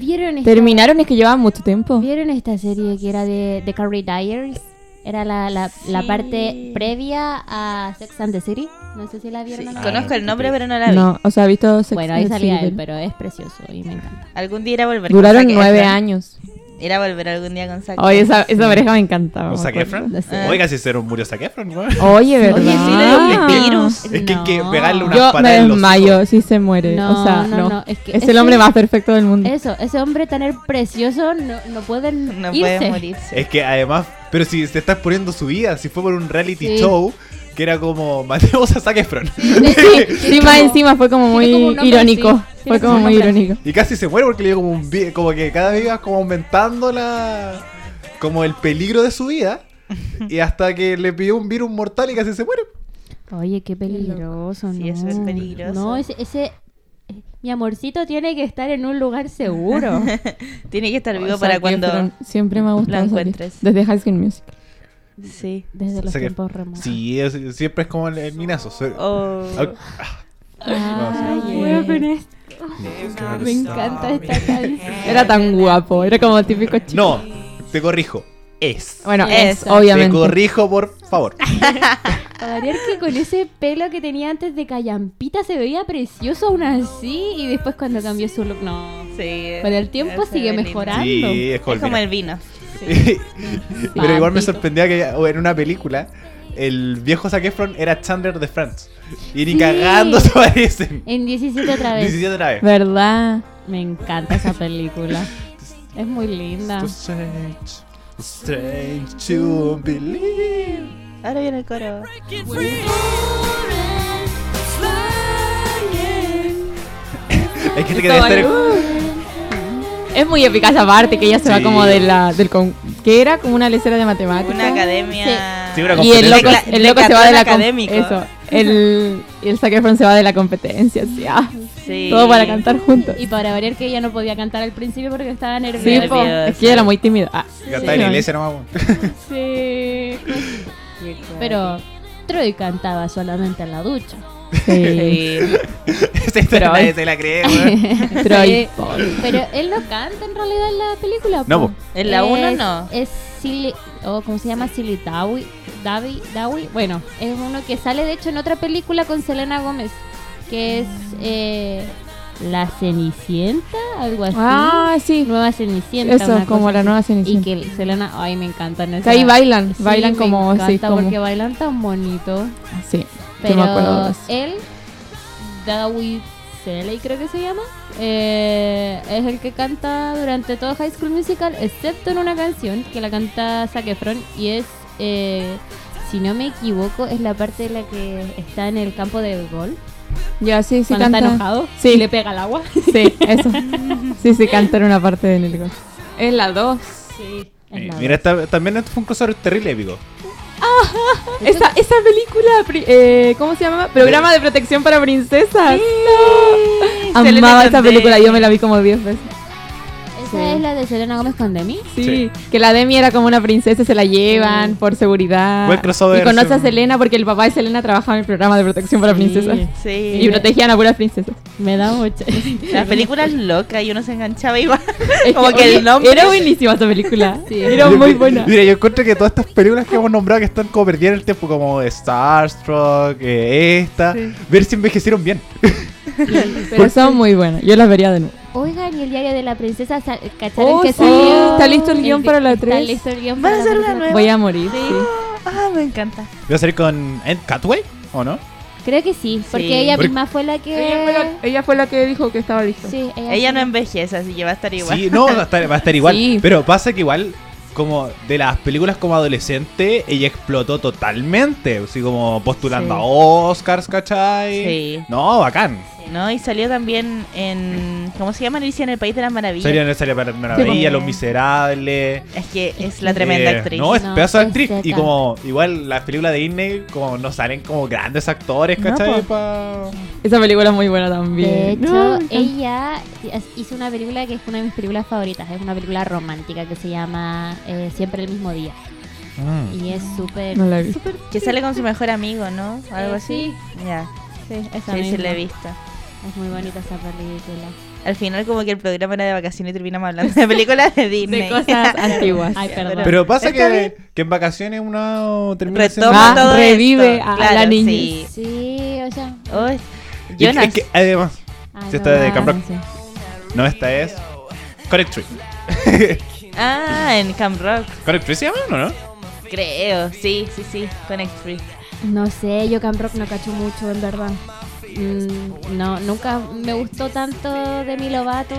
¿Vieron esta,
Terminaron, es que llevaban mucho tiempo.
¿Vieron esta serie que era de, de Carrie Diaries? Era la, la, la
Sí.
parte previa a Sex and the City. No sé si la
Sí,
vieron o no.
Conozco
Ah,
el nombre,
ok.
pero no la vi.
No, o sea, he visto Sex
Bueno, ahí
and the
salía
City,
él,
pero-
pero es precioso y me encanta.
Algún día irá a volver. con
Duraron
Zac
nueve
Efron.
años.
Ir a volver algún día con Zac.
Oye, esa, esa pareja me encantaba.
¿Con
me
Zac
acuerdo.
Efron?
No sé.
Oye, casi se murió Zac Efron, weón.
Oye, ¿verdad?
Oye, sí, le dio un virus.
Es que hay que
No.
pegarle una
Ah. Yo me
patada en los
desmayo si se muere.
No,
o sea,
no,
no.
no, es que
es el
ese-
hombre más perfecto del mundo.
Eso, ese hombre tan her- precioso no, no puede
No
irse.
puede morirse.
Es que además, pero si te estás poniendo su vida, si fue por un reality
Sí.
show que era como matemos a Zac Efron.
Sí, sí, más encima fue como muy
tiene como un nombre
irónico.
así.
Fue
Tiene como
como
un
muy
nombre así.
irónico.
Y casi se muere porque le dio como un vi- como que cada vez iba como aumentando la como el peligro de su vida y hasta que le pidió un virus mortal y casi se muere.
Oye, qué peligroso,
Sí,
¿no?
eso es peligroso.
No, ese, ese... Mi amorcito tiene que estar en un lugar seguro.
Tiene que estar vivo
O sea,
para
que
cuando.
fueron- siempre me ha gustado. esa
encuentres.
actriz, Desde High School Music.
Sí.
Desde los
Zac Efron.
tiempos remotos.
Sí, es- siempre es como el, el minazo. soy-
Oh.
Ah,
Ay,
Ay,
weón,
eh.
con esto. Me encanta esta canción.
Eh, Era tan guapo. Era como típico chico.
No, te corrijo. Es.
Bueno, es,
Eso.
Te
obviamente.
corrijo, por favor.
Para variar que con ese pelo que tenía antes de callampita se veía precioso aún así y después cuando cambió su look, no.
Sí. eh,
Pero el tiempo
Se
sigue
ve lindo.
mejorando.
Sí, es,
Es como
Colmena.
el vino.
Pero igual me
Papito.
sorprendía que o en una película el viejo Zac Efron era Chandler de Friends. Y ni
Sí.
cagando se parecen.
En 17 otra vez.
17 otra vez.
¿Verdad?
Me encanta esa película. Es muy linda.
It's strange, it's strange to believe.
Ahora viene el coro.
Es que te quería hacer.
Es muy eficaz esa parte que ella se va
Sí.
como de la. Del con- que era como una lecera de matemáticas.
Una academia.
Sí, una
y el loco,
competencia.
el loco se va de la. com-
Académico.
Eso. El, y el Zac Efron se va de la competencia. Así, ah,
Sí.
Todo para cantar juntos.
Y para variar que ella no podía cantar al principio porque estaba nerviosa.
Sí, po, es que ella era muy tímida. Ah,
Cantaba en la iglesia nomás. weón.
Sí. Pero Troy cantaba solamente en la ducha.
sí.
Sí.
Esa historia
Pero-
nadie se la cree, weón.
Troy.
Eh, Pero él no canta en realidad en la película.
No,
po.
po.
En la
Es-
1 no.
Es Silly, o ¿cómo se llama? Silly Dawi, Dawi, Dawi. Bueno, es uno que sale de hecho en otra película con Selena Gómez, que es eh, La Cenicienta, algo así.
Ah, sí.
Nueva Cenicienta.
Eso,
una
como
cosa
la
así.
nueva
Y
Cenicienta.
que Selena, ay, me encantan.
Que ahí bailan, bailan como-
Me
sí,
encanta
como-
porque bailan tan bonito.
Sí, yo
Pero
me acuerdo de eso.
él, David Seley creo que se llama, eh, es el que canta durante todo High School Musical, excepto en una canción que la canta Zac Efron y es, eh, si no me equivoco, es la parte de la que está en el campo de gol,
Ya, sí, sí,
cuando está
canta.
enojado
Sí.
y le pega el agua.
Sí, eso. Sí, sí, canta en una parte de Nelly Es la 2.
Sí.
Eh, mira, esta- también esto fue un crossover terrible épico.
Esa, esa película, pri- eh, ¿cómo se llama? Programa de protección para princesas. No.
Selena
Amaba esta
Candel.
película, yo me la vi como 10 veces.
Esa
Sí.
es la de Selena Gómez con Demi.
Sí,
Sí.
que la Demi era como una princesa, se la llevan por seguridad.
Buen crossover,
y conoce a
sí.
Selena porque el papá de Selena trabajaba en el programa de protección para
Sí.
princesas.
Sí.
Y protegían a puras princesas.
Me da mucho.
Las películas locas y uno se enganchaba y va.
Es
Como que
oye,
el nombre.
Era buenísima esa película.
Sí.
Era
Yo-
muy
mi-
buena.
Mira, yo encuentro que todas estas películas que hemos nombrado que están como perdidas en el tiempo, como Starstruck, eh, esta, ver si envejecieron bien.
Pero son muy buenas. Yo las vería de nuevo.
Oigan, y el diario de la princesa, sa- ¿cacharon
Oh,
que
sí.
salió?
¿Está listo el guión para la
Está
tres?
listo el guión
¿Van a
para la
hacer una
película.
nueva?
Voy a morir. sí.
Ah, me encanta.
¿Voy a salir con Ed Catway o no?
Creo que sí, porque
Sí.
ella
Porque-
misma fue la que...
que dijo que estaba lista.
Sí, ella,
Ella
fue-
no envejece, así que va a estar igual.
Sí, no, va a estar, va a estar igual.
Sí.
Pero pasa que igual, como de las películas como adolescente, ella explotó totalmente. Así como postulando
Sí.
a Oscars, ¿cachai?
Sí.
No, bacán.
¿No? Y salió también en. ¿Cómo se llama? Alicia en el País de las Maravillas.
Salía en Salía para Maravilla,
Sí.
Los Miserables.
Es que es la tremenda
Eh,
actriz. pues,
No, es
No,
pedazo de
es
actriz. Y
seca.
como, igual las películas de Disney, como no salen como grandes actores, ¿cachai?
po.
Pa-
Esa película es muy buena
De
también.
hecho,
No, me encanta.
ella hizo una película que es una de mis películas favoritas, es una película romántica que se llama eh, Siempre el mismo día.
Mm.
Y es súper...
no la vi.
Que sale con su mejor amigo, ¿no? Algo
Eh,
así. Ya.
Sí, esa
Sí, sí,
misma.
la he visto.
Es muy bonita esa película.
Al final, como que el programa era de vacaciones y terminamos hablando de películas de Disney.
De cosas antiguas. Ah,
Ay, perdón.
Pero pasa
Está
que,
bien.
que en vacaciones una termina siendo-
Retoma
Ah,
todo
revive
esto.
a
Claro,
la niña.
sí.
Sí, o sea...
Oh, es-
Y es
Jonas.
que- además,
ay,
Sí, está de
no,
Camp Rock.
sí.
no, esta es Correct Tree.
Ah, en Camp Rock.
¿Correct Tree se llama o no?
Creo. Sí, sí, sí. Connect Free.
No sé, yo Camp Rock no cacho mucho, en verdad. Mm, no, nunca me gustó tanto Demi Lovato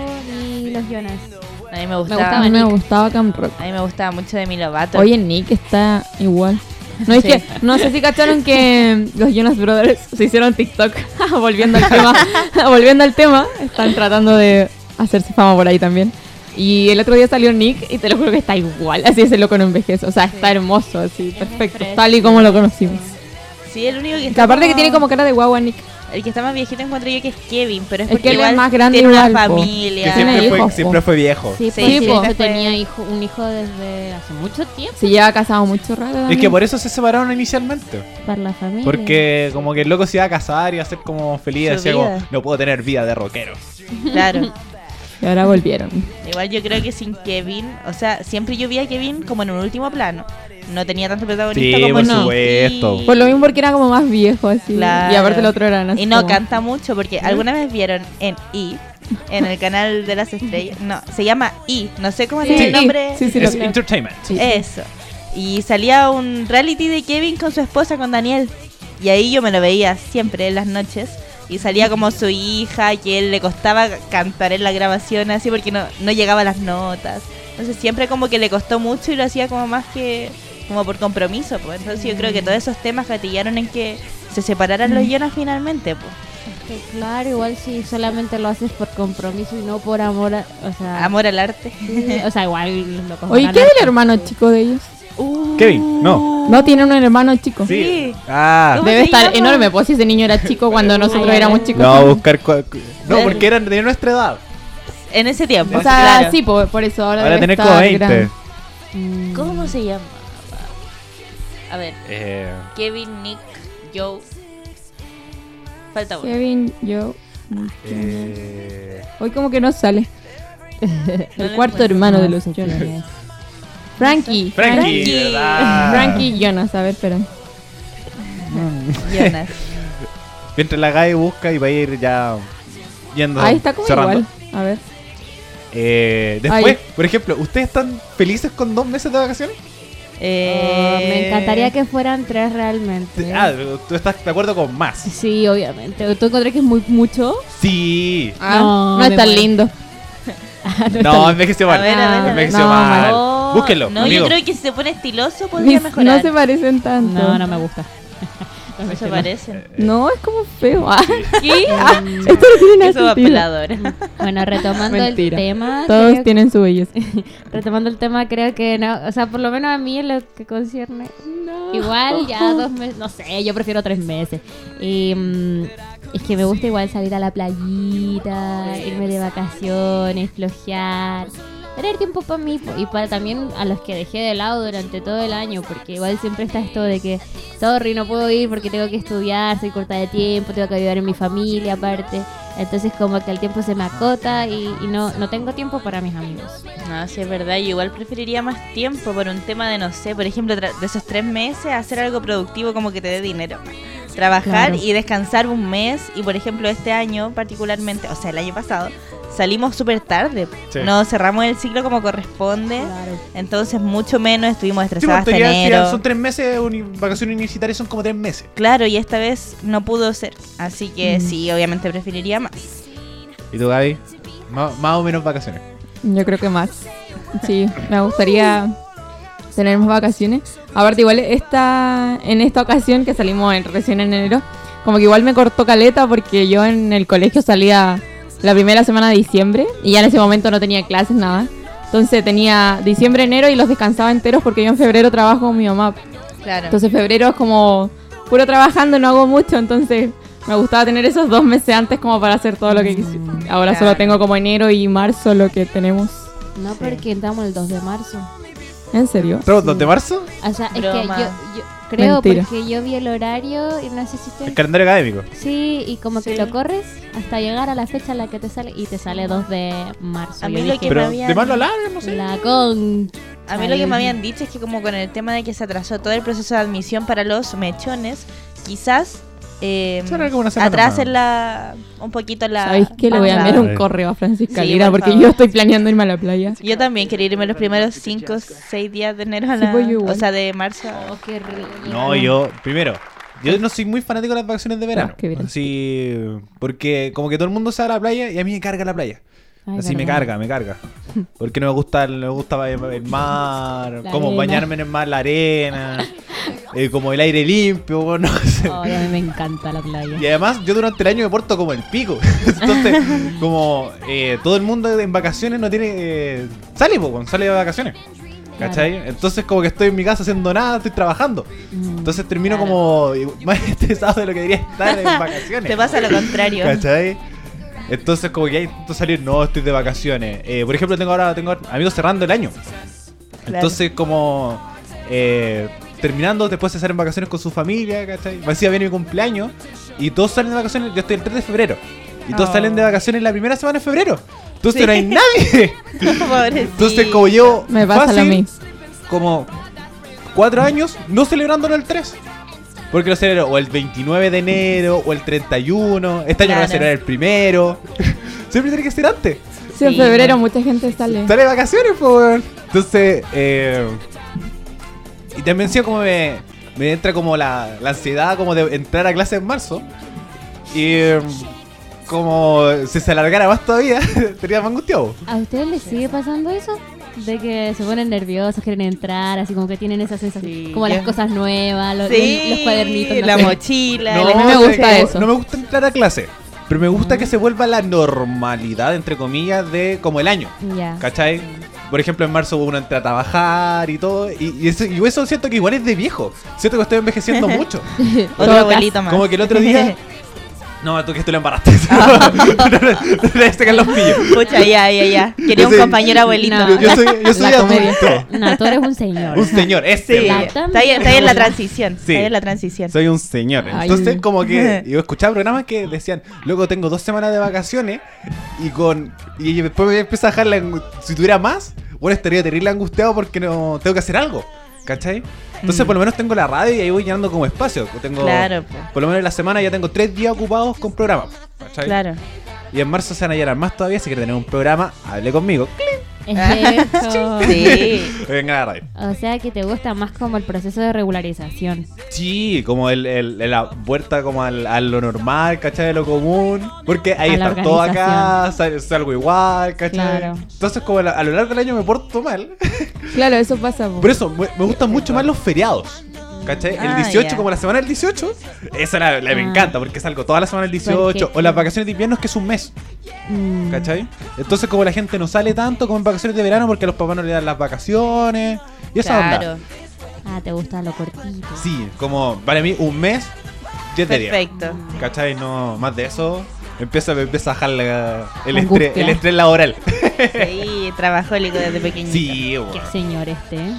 ni los Jonas.
A mí Ah, me gustaba.
A mí me gustaba Camp Rock.
A mí me gustaba mucho de mi Lovato.
Oye, Nick está igual. No, es
Sí.
que, no sé si cacharon que los Jonas Brothers se hicieron TikTok. volviendo al tema. volviendo al tema. Están tratando de hacerse fama por ahí también. Y el otro día salió Nick y te lo juro que está igual. Así ese loco no envejece. O sea, está hermoso, así, perfecto.
fresco. tal
Tal y como lo conocimos.
Sí, el único que
Que
está.
aparte que tiene como cara de guagua Nick.
El que está más viejito encuentro yo que es Kevin, pero es
Es que
porque
él es
igual
más grande
tiene una
igual, po.
Que
Tiene
familia.
siempre fue,
hijos, po.
siempre fue viejo.
Sí,
Sí, porque
sí,
de
pues.
hecho tenía hijo, un hijo desde hace mucho tiempo
Se lleva casado mucho rato.
Es
también.
que por eso se separaron inicialmente.
para la familia.
Porque como que el loco se iba a casar y a ser como feliz.
Su
Decía
vida.
como, no puedo tener vida de rockero.
Claro.
Y ahora volvieron.
Igual yo creo que sin Kevin, o sea, siempre yo vi a Kevin como en un último plano. No tenía tanto protagonista
Sí,
como
por
en Nick.
supuesto.
Y-
Por lo mismo porque era como más viejo así.
Claro.
Y aparte el otro era así
Y no
como-
canta mucho
¿Eh?
porque alguna vez vieron en E, en el canal de las estrellas. No, se llama E, no sé cómo
Sí,
es el nombre.
sí, sí, lo-
es entertainment.
sí.
Eso. Y salía un reality de Kevin con su esposa, con Daniel. Y ahí yo me lo veía siempre en las noches. Y salía como su hija, que él le costaba cantar en la grabación así porque no, no llegaba a las notas. Entonces siempre como que le costó mucho y lo hacía como más que como por compromiso. Pues. Entonces yo creo que
Mm.
todos esos temas gatillaron en que se separaran los Jonas finalmente. Pues.
Que claro, igual si solamente lo haces por compromiso y no por amor, a- o sea,
Amor al arte.
sí, o sea, igual los locos
Oye,
van
¿qué
a-
es el hermano chico de ellos?
Kevin, no.
Uh. No tienen un hermano chico.
Sí.
Ah.
¿Cómo
Debe
se
estar
llama?
enorme, pues si ese niño era chico cuando nosotros
Ay,
éramos
ay.
chicos.
No, a buscar... cua- cu- No,
Ver.
porque eran de nuestra edad.
En ese tiempo.
O sea,
claro.
sí, por, por eso ahora,
Ahora
debe
tenés
estar
como 20.
grande.
Mm,
¿Cómo se llama? A ver.
Eh,
Kevin, Nick, Joe. Falta uno.
Kevin, yo...
eh,
Hoy como que no sale.
No
El
lo
cuarto
encuentro.
hermano
no
de los
sé quién
Jonas.
es.
Frankie,
Frankie.
Frankie.
Ah.
¿verdad?
Frankie Jonas, a ver, espera.
Jonas.
Mientras la Gae busca y va a ir ya yendo.
Ahí está como
cerrando.
igual. A ver.
Eh, después,
Ahí.
por ejemplo, ¿ustedes están felices con dos meses de vacaciones?
Oh, me
Eh,
encantaría que fueran tres realmente.
Ah, tú estás de acuerdo con más.
Sí, obviamente. ¿Tú encontré que es muy mucho?
Sí.
Ah,
No,
no, es
me
tan
muero.
lindo.
Ah,
No, envejeció
A
mal.
ver, a ver, a ver.
Envejeció
No,
mal.
No,
Búsquenlo,
No,
amigo.
yo creo que si se pone estiloso podría
Mis-
mejorar.
No se parecen tanto.
No, no me gusta.
No se parecen.
No, es como feo. Ah,
¿Qué?
ah, esto no tiene
Eso
nada sentido.
va pelado ahora.
Bueno, retomando
Mentira.
el tema.
Todos
creo-
tienen su belleza.
Retomando el tema, creo que no. O sea, por lo menos a mí en lo que concierne. Igual ya dos meses. No sé, yo prefiero tres meses. Y, mm, es que me gusta igual salir a la playita, irme de vacaciones, flojear. Tener tiempo para mí po, y para también a los que dejé de lado durante todo el año, porque igual siempre está esto de que, sorry, no puedo ir porque tengo que estudiar, soy corta de tiempo, tengo que ayudar en mi familia aparte. Entonces como que el tiempo se me acota y, y no, no tengo tiempo para mis amigos.
No, sí es verdad. Yo igual preferiría más tiempo por un tema de, no sé, por ejemplo, tra- de esos tres meses, hacer algo productivo como que te dé dinero. Trabajar
Claro.
y descansar un mes. Y por ejemplo, este año particularmente, o sea, el año pasado, salimos súper tarde.
Sí.
No cerramos el ciclo como corresponde. Entonces, mucho menos, estuvimos
Sí, pues,
estresadas
te
hasta
quedan- te
enero.
quedan- son tres meses, uni- vacaciones universitarias son como tres meses.
Claro, y esta vez no pudo ser. Así que
Mm.
sí, obviamente preferiría más.
¿Y tú, Gaby? Más, más o menos vacaciones.
Yo creo que más. Sí, me gustaría tener más vacaciones. Aparte, igual esta, en esta ocasión que salimos en- recién en enero, como que igual me cortó caleta porque yo en el colegio salía la primera semana de diciembre y ya en ese momento no tenía clases, nada. Entonces tenía diciembre, enero y los descansaba enteros porque yo en febrero trabajo con mi mamá.
Claro.
Entonces febrero es como puro trabajando, no hago mucho, entonces me gustaba tener esos dos meses antes como para hacer todo lo que quisiera. Ahora
Mm, claro.
solo tengo como enero y marzo lo que tenemos.
No, porque entramos el 2 de marzo.
¿En serio?
¿Estamos 2 de marzo?
O sea, es que yo,
Broma.
yo creo
Mentira.
porque yo vi el horario y no sé si
El
ustedes...
calendario académico.
Sí, y como que
Sí.
lo corres hasta llegar a la fecha en la que te sale y te sale 2 de marzo.
A
Yo
mí lo
dije,
que
Pero
me habían-
de más lo alargan, no sé.
La con...
A mí lo que me habían dicho es que como con el tema de que se atrasó todo el proceso de admisión para los mechones, quizás eh,
Será como una semana
atrasen la, un poquito la...
¿Sabéis qué? Le voy a
la-
enviar
claro.
un correo a Francisca
Sí,
Lira
por
porque
favor.
yo estoy planeando irme a la playa.
Yo también quería irme los primeros 5 6 días de enero a
Sí,
la...
voy yo igual.
o sea, de marzo.
Oh, qué rico.
No, yo, primero, yo no soy muy fanático de las vacaciones de verano.
Ah, qué bien.
Así, porque como que todo el mundo se va a la playa y a mí me carga la playa.
Ay,
Así me
verdad.
carga, me carga. Porque no me gusta, el- no me gusta el mar,
La
como
arena.
bañarme en el mar, la arena, eh, como el aire limpio, bueno, no sé.
Ay, a mí me encanta la playa.
Y además yo durante el año me porto como el pico. Entonces, como eh, todo el mundo en vacaciones no tiene... eh, sale, po, weón, sale de vacaciones. ¿Cachai? Entonces como que estoy en mi casa haciendo nada, estoy trabajando.
Mm.
Entonces termino
Claro.
como eh, más estresado de lo que debería estar en vacaciones.
Te pasa lo contrario.
¿Cachai? Entonces como que ya intento salir, no, estoy de vacaciones. Eh, por ejemplo, tengo ahora tengo amigos cerrando el año.
Claro.
Entonces como eh, terminando, después se salen vacaciones con su familia, ¿cachai? Me decía, "Ah, viene mi cumpleaños y todos salen de vacaciones, yo estoy el 3 de febrero. Y todos
Oh.
salen de vacaciones la primera semana de febrero. Entonces
Sí.
no hay nadie.
Pobrecito.
Entonces como yo...
Me pasa lo
fácil,
mismo.
como cuatro años no celebrándolo el 3. Porque lo celebro o el 29 de enero o el 31. Este año lo voy a
Claro.
celebrar el primero. Siempre tiene que ser antes.
Sí, en
Sí,
febrero mucha gente sale.
Estar de vacaciones, por Entonces, eh, y también sí, como me, me entra como la, la ansiedad como de entrar a clase en marzo. Y eh, como si se alargara más todavía, estaría más angustiado.
¿A ustedes les sigue pasando eso? De que se ponen nerviosos, quieren entrar, así como que tienen esa sensación,
Sí.
como las cosas nuevas, los,
Sí,
los cuadernitos. no
la
sé.
mochila.
No,
la-
me
sé,
gusta
como-
eso.
No me gusta entrar a clase. Pero me gusta que se vuelva la normalidad, entre comillas, de como el año.
Ya.
¿Cachai? Por ejemplo, en marzo uno entra a trabajar y todo. Y, y eso, y eso siento que igual es de viejo. Siento que estoy envejeciendo mucho.
Otro
Tocas.
abuelito más.
Como que el otro día. No, tú que esto lo embaraste. Le sacan los pillos.
Pucha, ya, ya, ya. Quería
Yo
un
soy-
compañero abuelito.
No.
Yo, yo soy, yo soy
La comedia.
adulto.
No, tú eres un señor.
Un señor, este.
Sí,
weón.
La-
está ahí, está ahí en la transición.
Sí.
Está ahí en la transición.
Soy un señor.
Ay.
Entonces, como que yo escuchaba programas que decían, loco, tengo dos semanas de vacaciones y con y después me empieza a dejar la angu- Si tuviera más, bueno, estaría terrible angustiado porque no tengo que hacer algo. ¿Cachai? Entonces,
Mm.
por lo menos tengo la radio y ahí voy llenando como espacio. Tengo,
Claro, po.
Por lo menos en la semana ya tengo tres días ocupados con programas. ¿Cachai?
claro.
Y en marzo se van a llenar más todavía. Si quieren tener un programa, hable conmigo.
Eso.
Sí.
Venga, a la radio.
O sea que te gusta más como el proceso de regularización.
Sí, como el, el- el- la vuelta como al, a lo normal, ¿cachai? De lo común. Porque ahí
A la
está todo acá,
organización.
sal- salgo igual, ¿cachai?
Claro.
Entonces como a la- a lo largo del año me porto mal.
Claro, eso pasa. po.
Por eso me, me gustan mucho más los feriados. ¿Cachai? El
Ah,
18,
ya.
como la semana del 18, esa la, la me
Ah.
encanta porque salgo toda la semana del 18,
Porque-
o las vacaciones de invierno que es un mes,
Mm.
¿cachai? Entonces, como la gente no sale tanto como en vacaciones de verano porque a los papás no le dan las vacaciones y esa onda.
Claro.
Ah, te gusta lo cortito.
Sí, como para mí un mes, 10 de 10.
Perfecto.
¿Cachai? No, más de eso. Empieza, me empieza a bajar la- el,
Angustia.
estrés, el estrés laboral.
Sí, trabajólico desde pequeñito.
Sí,
Qué
bueno.
señor este. ¿eh?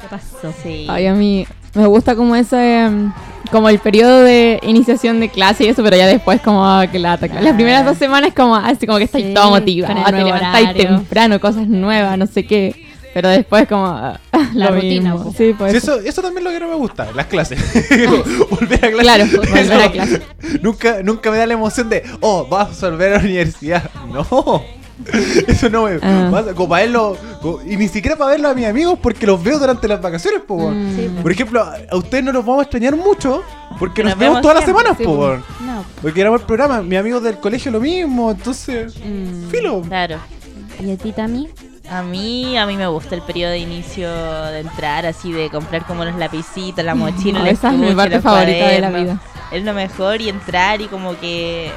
¿Qué pasó?
Sí.
Ay, a mí me gusta como ese, em, como el periodo de iniciación de clase y eso, pero ya después como ah, que lata. claro. Las primeras dos semanas como así como que estáis
Sí,
todo motivado,
con el
te
nuevo
levantáis
horario.
temprano, cosas nuevas, no sé qué. Pero después como ah,
La
lo
rutina,
mismo.
po.
Sí, pues.
Sí, eso, eso también es lo que no me gusta, las clases. volver a clase.
Claro, volver a
Eso.
clase.
Nunca, nunca me da la emoción de, oh, vas a volver a la universidad. No. Eso no me
Ah.
pasa. Como para verlo. como- y ni siquiera para verlo a mis amigos porque los veo durante las vacaciones, po. weón.
Mm.
Sí, po.
Por ejemplo, a a ustedes no nos vamos a extrañar mucho porque
Nos
nos, vemos
vemos
todas las
siempre,
semanas,
sí,
po.
po.
weón.
No.
Porque éramos el programa, mis amigos del colegio lo mismo, entonces.
Mm.
Filo.
Claro.
¿Y a ti también?
A mí, a mí me gusta el periodo de inicio de entrar, así de comprar como los lapicitos, la mochila,
No,
el
esa es mi
estuche,
parte
los
favorita de la
cuadernos.
vida.
Es lo mejor y entrar y como que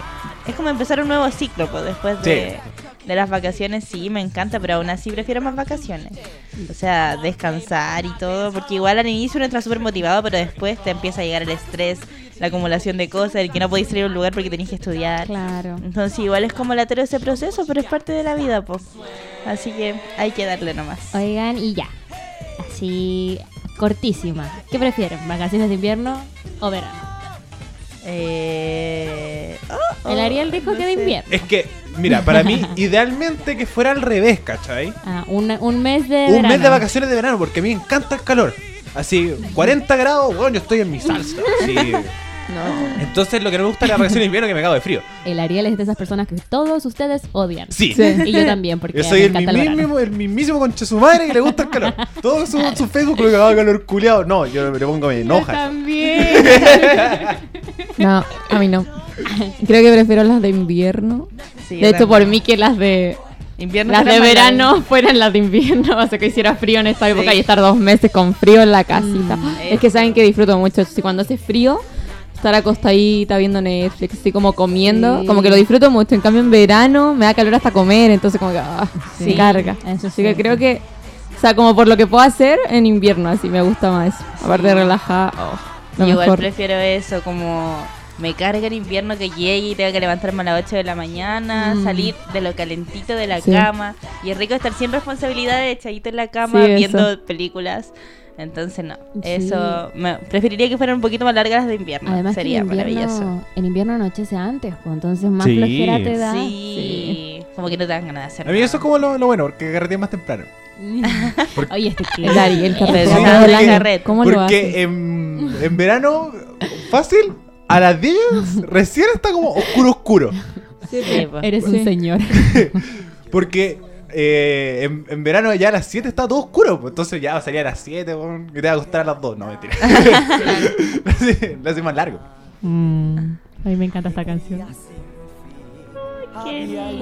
es como empezar un nuevo ciclo pues, después de, de las vacaciones. Sí, me encanta, pero aún así prefiero más vacaciones. O sea, descansar y todo, porque igual al inicio uno está súper motivado, pero después te empieza a llegar el estrés, la acumulación de cosas, el que no podéis salir a un lugar porque tenéis que estudiar.
Claro.
Entonces igual es como latero ese proceso, pero es parte de la vida, pues. Así que hay que darle nomás.
Oigan, y ya. Así cortísima. ¿Qué prefieren? ¿Vacaciones de invierno o verano?
Eh... oh,
El
oh,
Ariel dijo
no
que de
sé.
invierno.
Es que, mira, para mí, idealmente que fuera al revés, ¿cachai?
Ah, una- un mes de
Un
verano.
mes de vacaciones de verano, porque a mí me encanta el calor. Así, 40 grados, bueno, yo estoy en mi salsa. sí.
No.
Entonces, lo que no me gusta es la vacación de invierno, que me cago de frío.
El Ariel es de esas personas que todos ustedes odian.
Sí.
Sí.
Y yo también, porque
Yo soy
me
el
encanta el verano.
mismísimo, el mismísimo concha su madre que le gusta el calor. Todos suben su Facebook con que ah, calor culiado. No, yo le pongo me enoja.
También.
No, a mí no. Creo que prefiero las de invierno.
Sí,
de hecho,
verano.
por mí que las de
Invierno
las de
será más
verano fueran las de invierno, o sea que hiciera frío en esta época
Sí.
y estar dos meses con frío en la casita.
Mm,
es que saben que disfruto mucho, si cuando hace frío, estar acostadita viendo Netflix, así como comiendo,
Sí.
como que lo disfruto mucho. En cambio en verano me da calor hasta comer, entonces como que ah,
Sí,
me carga.
eso
así
sí.
que creo que, o sea, como por lo que puedo hacer en invierno, así me gusta más. Aparte de relajada, oh, lo
Yo igual
mejor.
prefiero eso, como me carga el invierno que llegue y tengo que levantarme a las 8 de la mañana,
Mm.
salir de lo calentito de la
Sí.
cama. Y es rico estar sin responsabilidades, echadito en la cama,
Sí, eso.
viendo películas. Entonces, no. Eso. me- preferiría que fueran un poquito más largas las de invierno.
Además, que
Sería
en
maravilloso.
invierno, en invierno anochece antes, pues, entonces más
Sí.
flojera te da.
Sí. Como que no te dan ganas de hacer
A mí eso es
nada.
como lo, lo bueno, porque agarreteé más temprano.
Oye, este que-
El Ariel
Eh,
Este
Sí,
carretero. ¿Cómo
porque-
lo hace? ¿Cómo lo hace?
Porque en, en verano, fácil, a las 10 recién está como oscuro, oscuro.
Sí, pues. po.
Eres un
Sí.
señor.
Porque eh, en, en verano ya a las 7 está todo oscuro. pues, Entonces ya salía a las 7 weón, y te va a acostar a las 2. No, mentira. Lo hace- Lo hace más largo.
A mí me encanta esta canción.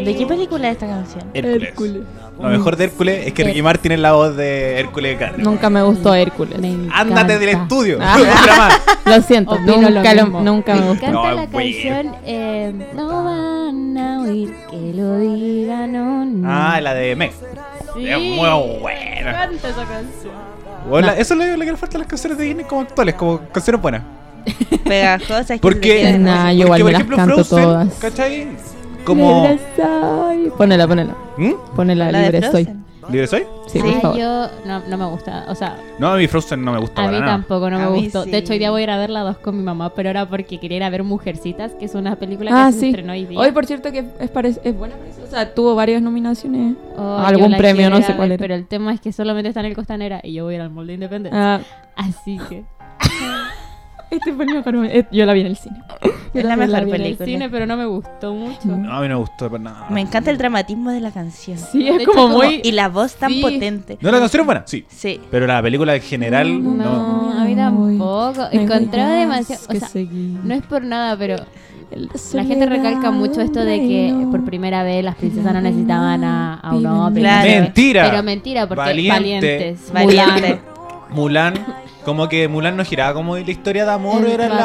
¿De qué película es esta canción?
Hércules. Lo mejor de Hércules es que Ricky Martin es la voz de Hércules Carne.
Nunca me gustó Hércules.
Ándate del estudio.
Ah.
Otra más.
Lo siento,
Opino lo
nunca, lo-
mismo.
nunca me
Me
gustó.
encanta
No,
la
güey.
canción. eh, no van a oír que lo digan no, no.
Ah, la de Meg.
Sí.
Es muy buena.
encanta esa canción.
Bueno, la- Eso es lo lo que le falta a las canciones de Disney como actuales, como canciones buenas.
Pegajosas. que
Porque-
se te quedan
Nah,
así.
yo igual me las canto todas.
¿Cachai? Como.
Libre soy. Ponela, ponela.
¿Mm?
Ponela,
La de
libre soy.
Frozen.
¿Libre soy?
Sí, por favor.
yo no, no me gusta. O sea,
No, a mí Frozen no me gusta
a
para
mí
nada.
tampoco no
A
me
mí
gustó.
sí.
De hecho, hoy día voy a ir a ver la 2 con mi mamá, pero era porque quería ir a ver Mujercitas, que es una película que
Ah,
se
sí.
estrenó hoy día.
Hoy, por cierto, que es, parec- es buena. parece. O sea, tuvo varias nominaciones.
Oh,
a
yo
algún
la
premio,
quiero
no
ir a
sé
ver,
cuál era.
Pero el tema es que solamente está en el Costanera y yo voy a ir al Molde Independencia.
Ah,
Así que.
Estefanía Ocampo. Eh, Yo la vi en el cine.
Es la
vi
mejor
en el
película.
cine, pero no me gustó mucho.
No.
No, a mí no me gustó para nada.
Me encanta el dramatismo de la canción.
Sí, es
De hecho,
como
como-
muy...
Y la voz tan
Sí.
potente.
No, la canción es buena, sí.
Sí.
Pero la película en general, no.
Mm, No, a mí tampoco. Encontraba demasiado. O sea, no
no
es por nada, pero la gente recalca mucho esto de que por primera vez las princesas no necesitaban a, a un hombre.
Claro.
Mentira.
Pero mentira, porque
Valiente.
valientes.
Valiente.
Mulan.
Mulan, como que Mulan no giraba como la historia de amor,
Mm,
era la,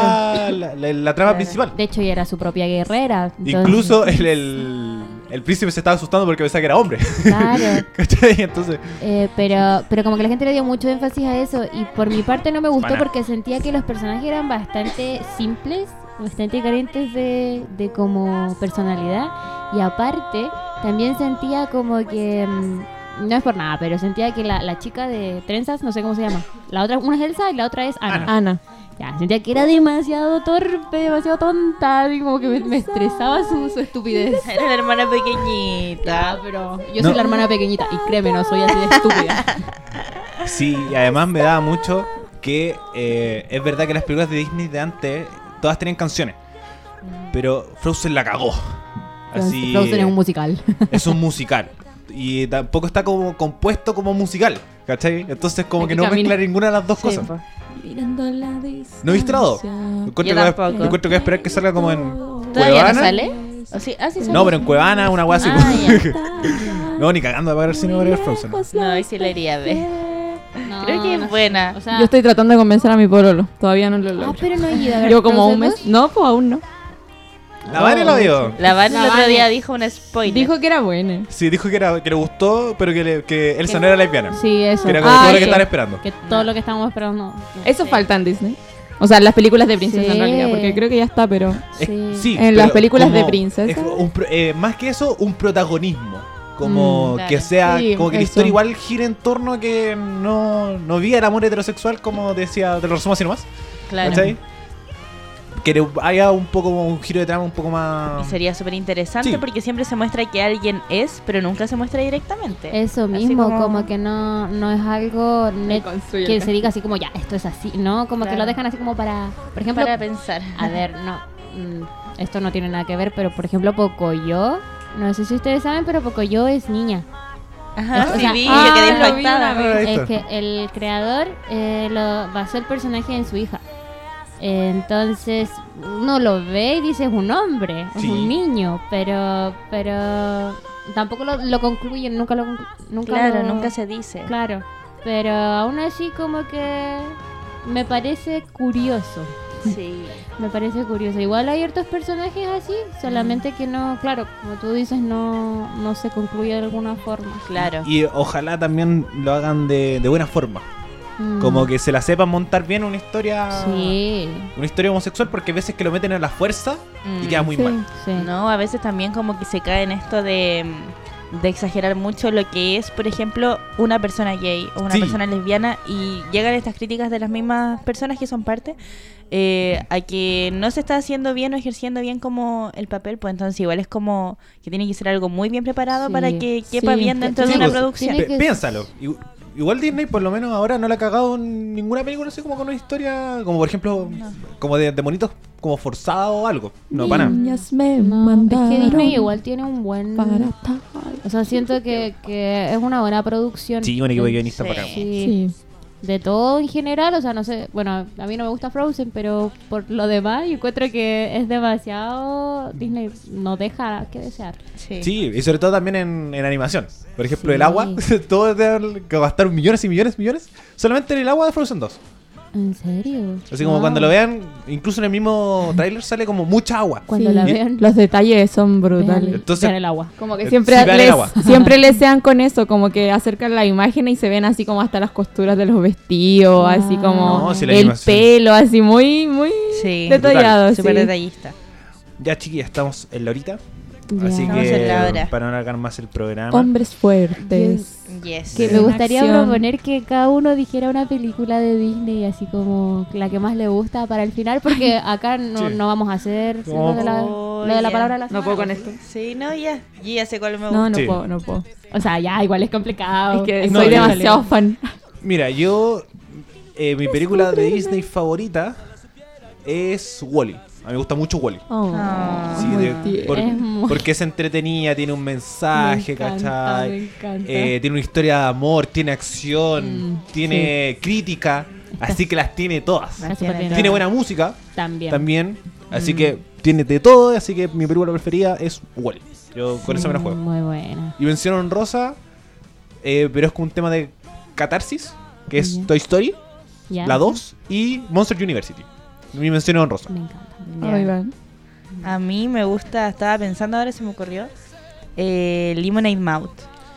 claro.
la, la- la trama
Claro.
principal.
De hecho, ella era su propia guerrera. entonces-
Incluso el, el, el príncipe se estaba asustando porque pensaba que era hombre.
Claro.
¿Cachai? Entonces,
Eh, pero, pero como que la gente le dio mucho énfasis a eso y por mi parte no me gustó
Bueno.
porque sentía que los personajes eran bastante simples, bastante carentes de, de como personalidad y aparte también sentía como que, mm, no es por nada, pero sentía que la, la chica de trenzas, no sé cómo se llama, la otra, una es Elsa y la otra es Ana.
Ana.
Ya, sentía que era demasiado torpe, demasiado tonta y como que me, me estresaba su, su estupidez.
Era la hermana pequeñita.
Ah, pero yo
No.
soy la hermana pequeñita y créeme, no soy así de estúpida.
sí, y además me daba mucho que eh, es verdad que las películas de Disney de antes todas tenían canciones. Pero Frozen la cagó. Así,
Frozen es un musical.
es un musical. Y tampoco está como compuesto como musical. ¿Cachai? Entonces como
Aquí
que no
camina.
mezcla ninguna de las dos cosas.
po.
¿No he visto la dos? Encuentro
Yo
que voy a-
tampoco.
encuentro que voy a esperar que salga como en
¿Todavía no
Cuevana.
sale? ¿O sí? Ah, sí sale.
No, pero en Cuevana una weá así.
Ah,
no, ni cagando de pagar el cine para ver Frozen.
No, ahí sí la iría a ver.
No,
Creo que
no
es
sé.
buena.
O sea,
Yo estoy tratando de convencer a mi pololo. Todavía no lo
Ah,
logro.
pero no he ido a ver.
Yo como un
Frozen
mes. No, pues aún no.
La Vane lo vio.
La Van el
La
otro
Van-
día dijo un spoiler.
Dijo que era buena.
Sí, dijo que, era, que le gustó, pero que, le- que Elsa no era lesbiana.
dos? Sí, eso.
Que era como
Ah,
todo lo
sí.
que estaban esperando.
Que todo lo que estábamos esperando.
Eso falta en Disney. O sea, en las películas de princesa en
Sí.
realidad, porque creo que ya está, pero
Es- sí,
En
pero
las películas de
como-
princesa.
es como un pro- eh, más que eso, un protagonismo. Como
Mm, claro.
que sea,
Sí,
como que la
eso.
historia igual gira en torno a que no, no vi el amor heterosexual, como decía, te lo resumo así nomás.
Claro.
¿Cachai? Que le- haya un poco un giro de trama un poco
Y
más.
sería súper interesante
Sí.
porque siempre se muestra que alguien es, pero nunca se muestra directamente.
Eso
Así
mismo,
como-
como... que no, no es algo net-
construye el
que se
castillo.
diga así como ya, esto es así, ¿no? Como que
Claro.
lo dejan así como para. Por ejemplo,
Para pensar.
a ver, no. mm, Esto no tiene nada que ver, pero por ejemplo, Pocoyo. No sé si ustedes saben, pero Pocoyo es niña.
Ajá,
O
sí,
sea,
vi,
ah,
yo quedé
lo vi
impactada.
una vez.
Ah, esto.
Es que el creador eh, lo basó el personaje en su hija. Entonces uno lo ve y dice es un hombre, es
Sí.
un niño, pero pero tampoco lo, lo concluyen, nunca lo conclu- nunca
Claro,
lo-
nunca se dice.
claro, pero aún así como que me parece curioso,
Sí.
me parece curioso. Igual hay otros personajes así, solamente que no, claro, como tú dices no no se concluye de alguna forma.
Claro.
Y ojalá también lo hagan de, de buena forma.
Mm.
Como que se la sepan montar bien una historia.
sí,
Una historia homosexual, porque hay veces que lo meten a la fuerza y
Mm.
queda muy
Sí.
mal.
sí.
No, a veces también como que se cae en esto de, mm, de exagerar mucho lo que es, por ejemplo, una persona gay o una
Sí.
persona lesbiana y llegan estas críticas de las mismas personas que son parte eh, a que no se está haciendo bien o ejerciendo bien como el papel, pues entonces igual es como que tiene que ser algo muy bien preparado
Sí,
para que quepa
sí.
bien dentro
Sí,
de una
pues,
producción.
tiene
Pe-
que-
Piénsalo. I- Igual Disney por lo menos ahora no le ha cagado en ninguna película así como con una historia, como por ejemplo, como de, de monitos como forzada o algo. No, para nada.
Niñas me
No, es
mandaron
que Disney igual tiene un buen...
para tal.
O sea, siento que, que es una buena producción.
Sí, un equipo de guionistas
Sí.
para acá.
Sí.
Sí.
De todo en general, o sea, no sé, bueno, a mí no me gusta Frozen, pero por lo demás yo encuentro que es demasiado... Disney nos deja que desear.
Sí.
Sí, y sobre todo también en, en animación. Por ejemplo,
Sí.
el agua, todo de que gastaron millones y millones y millones solamente en el agua de Frozen 2.
¿En serio?
Así como
Wow.
cuando lo vean, incluso en el mismo tráiler sale como mucha agua.
Cuando
Sí.
la vean,
Los detalles son
vean,
brutales.
Entonces-
vean el agua.
Como
Eh,
que siempre,
sí, vean el
les-
agua.
siempre les sean con eso, como que acercan la imagen y se ven así como hasta las costuras de los vestidos,
Ah.
así como
No, si la
el
animación-
pelo, así muy, muy
Sí.
detallado.
Súper
sí.
detallista.
Ya chiquillas, estamos en la horita.
Ya.
Así
Estamos
que
en la hora.
para no alargar más el programa.
Hombres fuertes.
Yes.
Que
Sí.
me gustaría
Acción.
proponer que cada uno dijera una película de Disney, así como la que más le gusta para el final, porque acá no,
Sí.
no vamos a hacer
No. Oh,
lo de la, lo de la
Oye.
palabra de la semana.
esto.
Sí, no, ya. Yo ya sé cuál me gusta.
No, no
Sí.
puedo, no puedo.
O sea, ya, igual es complicado.
Es que
No,
soy
yo-
demasiado fan.
Mira, yo. eh, mi película de Disney favorita es Wally. A mí me gusta mucho Wally.
Oh,
Ah,
Sí,
muy
de-
tierno.
por-
Es muy-
porque es entretenida, tiene un mensaje,
Me encanta,
¿cachai?
me encanta.
Eh, tiene una historia de amor, tiene acción,
Mm,
tiene crítica, así que las tiene todas.
Está súper bien.
Tiene buena música
También.
también,
Mm.
así que tiene de todo, así que mi película preferida es Wall. Yo con eso me la
Mm,
juego.
Muy buena.
Y mencionaron Rosa, pero es con un tema de catarsis, que es
Ya.
Toy Story,
¿Ya?
la 2 y Monster University. Mi mención honrosa.
Me encanta.
Ya.
Ahí van.
A mí me gusta, estaba pensando ahora, se me ocurrió, eh, Lemonade Mouth.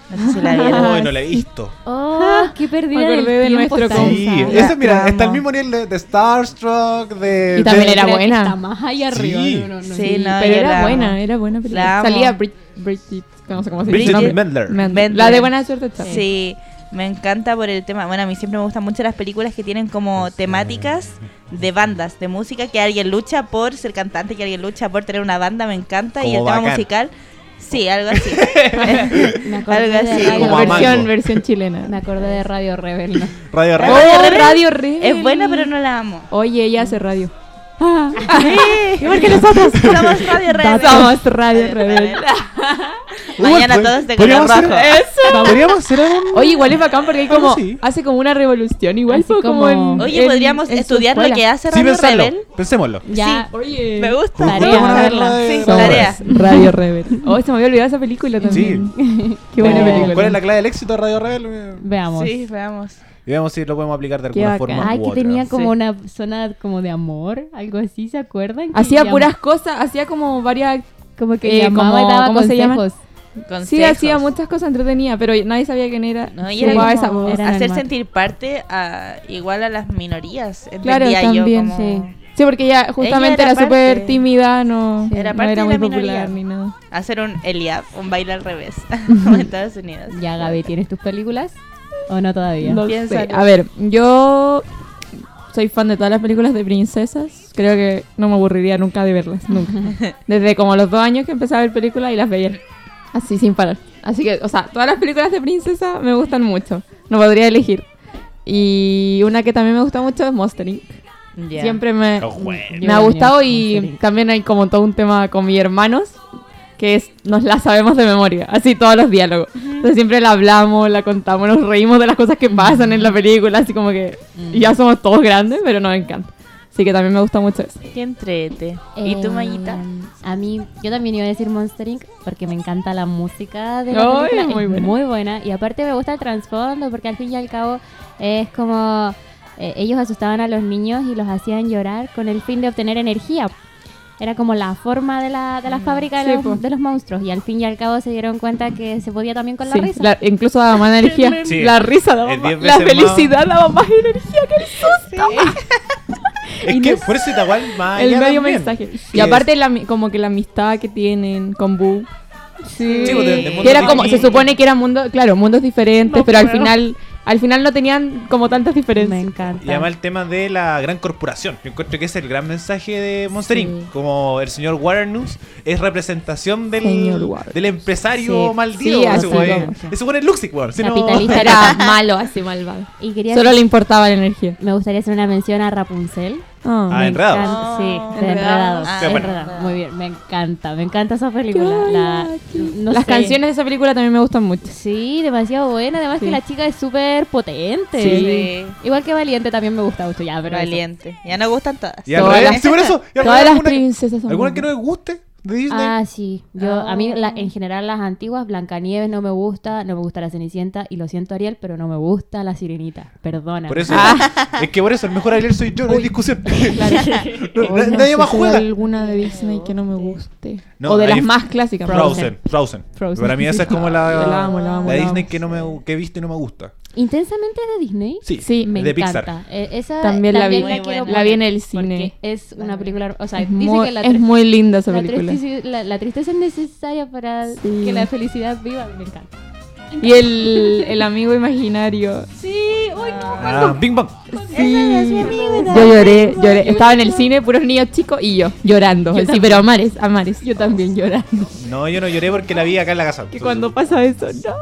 No sé si la vieron.
Ay, no la he visto.
Oh, qué
Me
perdida
acordé
del
de
tiempo
nuestro
está
Sí,
Gonzalo.
esa.
esa, mira,
La
está al
amo.
mismo nivel de, de Starstruck, de.
Y también
de-
era
Creo que
buena.
Está más allá arriba.
Sí.
No, no, no.
Sí, no,
pero
yo
era
la amo.
buena, era buena película.
La amo.
Salía Brit- Bridget, no sé cómo se
Bridget
dice.
Bridget
Mendler.
Mendler.
La de Buena Suerte Chao.
Sí, me encanta por el tema. Bueno, a mí siempre me gustan mucho las películas que tienen como temáticas de bandas, de música, que alguien lucha por ser cantante, que alguien lucha por tener una banda, me encanta. y
Como
el
Bacán.
tema musical, sí, algo así.
Me acordé
Algo así.
de Radio,
Como Amango.
Versión, versión
Me
chilena.
acordé de Radio Rebel. ¿no?
Radio
Oh,
Rebel.
Radio Rebel.
Radio Rebel.
es buena, pero no la amo.
Oye, ella hace radio.
Igual que nosotros. Somos Radio Rebel.
Somos Radio pues, Rebel.
Rebel. Mañana
Uy,
todos de color
podríamos
rojo.
hacer- Podríamos hacer algo.
Oye, igual es bacán porque hay
Algo
como,
así.
hace como una revolución. Igual
Así
fue como,
como-
en-
Oye,
en-
podríamos
en su
estudiar lo
escuela.
que hace
Sí,
Radio
pensarlo.
Rebel.
Pensémoslo.
Ya.
Oye.
Me gusta.
Tarea,
Juguemos a
verla.
verla de-
Somos Tarea.
Radio Rebel. Oh, se me había olvidado esa película también. Eh, Qué buena
Como,
película.
¿Cuál es la clave del éxito de Radio Rebel?
Veamos.
Sí, veamos.
Y veamos si lo podemos aplicar de
Qué
alguna
bacán.
forma.
Ay,
u
que
otra.
tenía como
Sí.
una zona como de amor, algo así, ¿se acuerdan? Que
Hacía
llam-
puras cosas, hacía como varias...
como que
eh,
llamaba
como-
y daba
¿cómo se llama?
consejos.
Sí,
Consejos.
hacía muchas cosas entretenidas, pero nadie sabía quién era.
No, y
Sí.
era
Jugaba
como-
esa voz.
era-
hacer
normal.
sentir parte a, igual a las minorías.
Claro,
Entendía
también,
yo como...
sí. Sí, porque ella justamente
era
era súper
parte-
tímida, no
Sí, era
no
parte de
muy
la
popular
minoría.
ni nada.
Hacer un Eliab, un baile al revés, como en Estados Unidos.
Ya, Gaby, ¿tienes tus películas? ¿O no todavía?
No
Piensa
sé.
en-
A ver, yo soy fan de todas las películas de princesas. Creo que no me aburriría nunca de verlas, nunca. Desde como los dos años que empecé a ver películas y las veía así sin parar. Así que, o sea, todas las películas de princesa me gustan mucho. No podría elegir. Y una que también me gusta mucho es Monster Inc.
Ya.
Siempre me,
Oh, bueno.
me ha gustado y también hay como todo un tema con mis hermanos que es, nos la sabemos de memoria, así todos los diálogos. Entonces siempre la hablamos, la contamos, nos reímos de las cosas que pasan en la película, así como que y ya somos todos grandes, pero nos encanta. Así que también me gusta mucho eso.
Qué entrete. ¿Y tu Mayita?
Em, A mí, yo también iba a decir Monster Inc. porque me encanta la música de la
Ay,
película,
es muy buena.
buena. Y aparte me gusta el trasfondo porque al fin y al cabo es como... eh, ellos asustaban a los niños y los hacían llorar con el fin de obtener energía. Era como la forma de la, de la fábrica
Mm, Sí,
de,
po.
los, de los monstruos. Y al fin y al cabo se dieron cuenta que se podía también con la
Sí,
risa.
la- incluso daba más energía,
Sí.
la risa daba
Es
más,
diez
la
veces más.
felicidad daba más energía que el susto.
Es que por eso está igual más
el
allá
medio
Ah, también.
mensaje.
Sí,
Y aparte la mi- como que la amistad que tienen con Boo. Sí.
Sí, pues, de- de
Que
mundo
era como se
diferente.
supone que eran mundos, claro, mundos diferentes, pero al final al final no tenían como tantas
Me
diferencias.
encanta.
Y además el tema de la gran corporación. Yo encuentro que es el gran mensaje de Monster
Sí.
Inc. Como el señor Warnerus es representación
Señor
del,
Warner.
del empresario
Sí.
maldito.
Sí,
ese
así
weón
como.
Ese weón es Luxic, weón. Si no-
Capitalista.
Era malo, así malvado.
Y quería
Solo le importaba la energía.
Me gustaría hacer una mención a Rapunzel.
Ah,
Ah,
Me
Enredados.
encanta-
Ah,
Sí,
Enredados.
de enredados.
Ah,
de
bueno.
Enredados. Muy bien, me encanta, me encanta esa película. La- no
Las
sé.
canciones de esa película también me gustan mucho.
Sí, demasiado buena. Además
Sí.
que la chica es súper potente.
Eh,
Sí.
Igual que Valiente también me gusta mucho. Ya, pero eso.
Valiente. Ya nos gustan todas.
Y al
Todas
revés,
las-
sí, por eso. y al revés,
Todas las
alguna-
princesas son
¿Alguna que no
buenas.
les guste de Disney?
Ah, sí. Yo, a mí,
Ah.
la- en general, las antiguas, Blancanieves no me gusta, no me gusta la Cenicienta, y lo siento, Ariel, pero no me gusta la Sirenita. Ah, Perdona.
Por eso. Es que por eso el mejor alien soy yo, no hay discusión. No,
Ay, no
nadie
sé
más
si
juega.
hay alguna de Disney que no me guste.
No,
o de
hay-
las más clásicas.
Frozen, Frozen.
Frozen.
Para mí esa es como
Yo
la,
la amo, la amo, la amo.
Disney que no me que he visto y no me gusta.
Intensamente es de Disney.
Sí,
Sí,
Me
de
encanta.
Pixar.
Eh, esa
También la vi.
Muy
quiero
buena.
La vi en
poner
el cine.
porque Es una
También.
película. O sea,
Es
dice
muy,
que la,
es
tri-
muy linda esa
la
película.
tristeza, la- la tristeza es necesaria para
Sí.
que la felicidad viva. Me encanta.
Y el, el amigo imaginario.
Sí, uy,
Ah, Bing Bang.
Esa es mi amiga.
Yo lloré, lloré. Estaba en el cine, puros niños chicos y yo, llorando. sí, pero a mares, a mares. Yo también llorando.
No, yo no lloré porque la vi acá en la casa.
Que cuando pasa eso, no.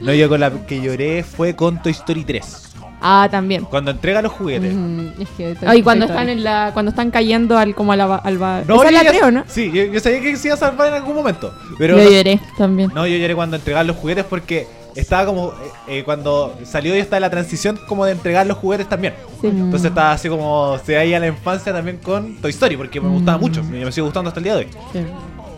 No, yo con la que lloré fue con Toy Story 3.
Ah, también.
Cuando entrega los juguetes.
Ujú, Mm, es que
Ah, y cuando están en la, cuando están cayendo al como a la, ba- al ba-
No,
Esa es
yo
la
ya-
creo, ¿no?
Sí, yo, yo sabía que se iba a salvar en algún momento. Pero
Yo
no-
lloré también.
No, yo lloré cuando entregaban los juguetes porque estaba como. eh, eh, cuando salió y estaba la transición como de entregar los juguetes también.
Sí.
Entonces estaba así como. Se ahí a la infancia también con Toy Story porque me
Mm.
gustaba mucho. Me, me sigue gustando hasta el día de hoy.
Sí,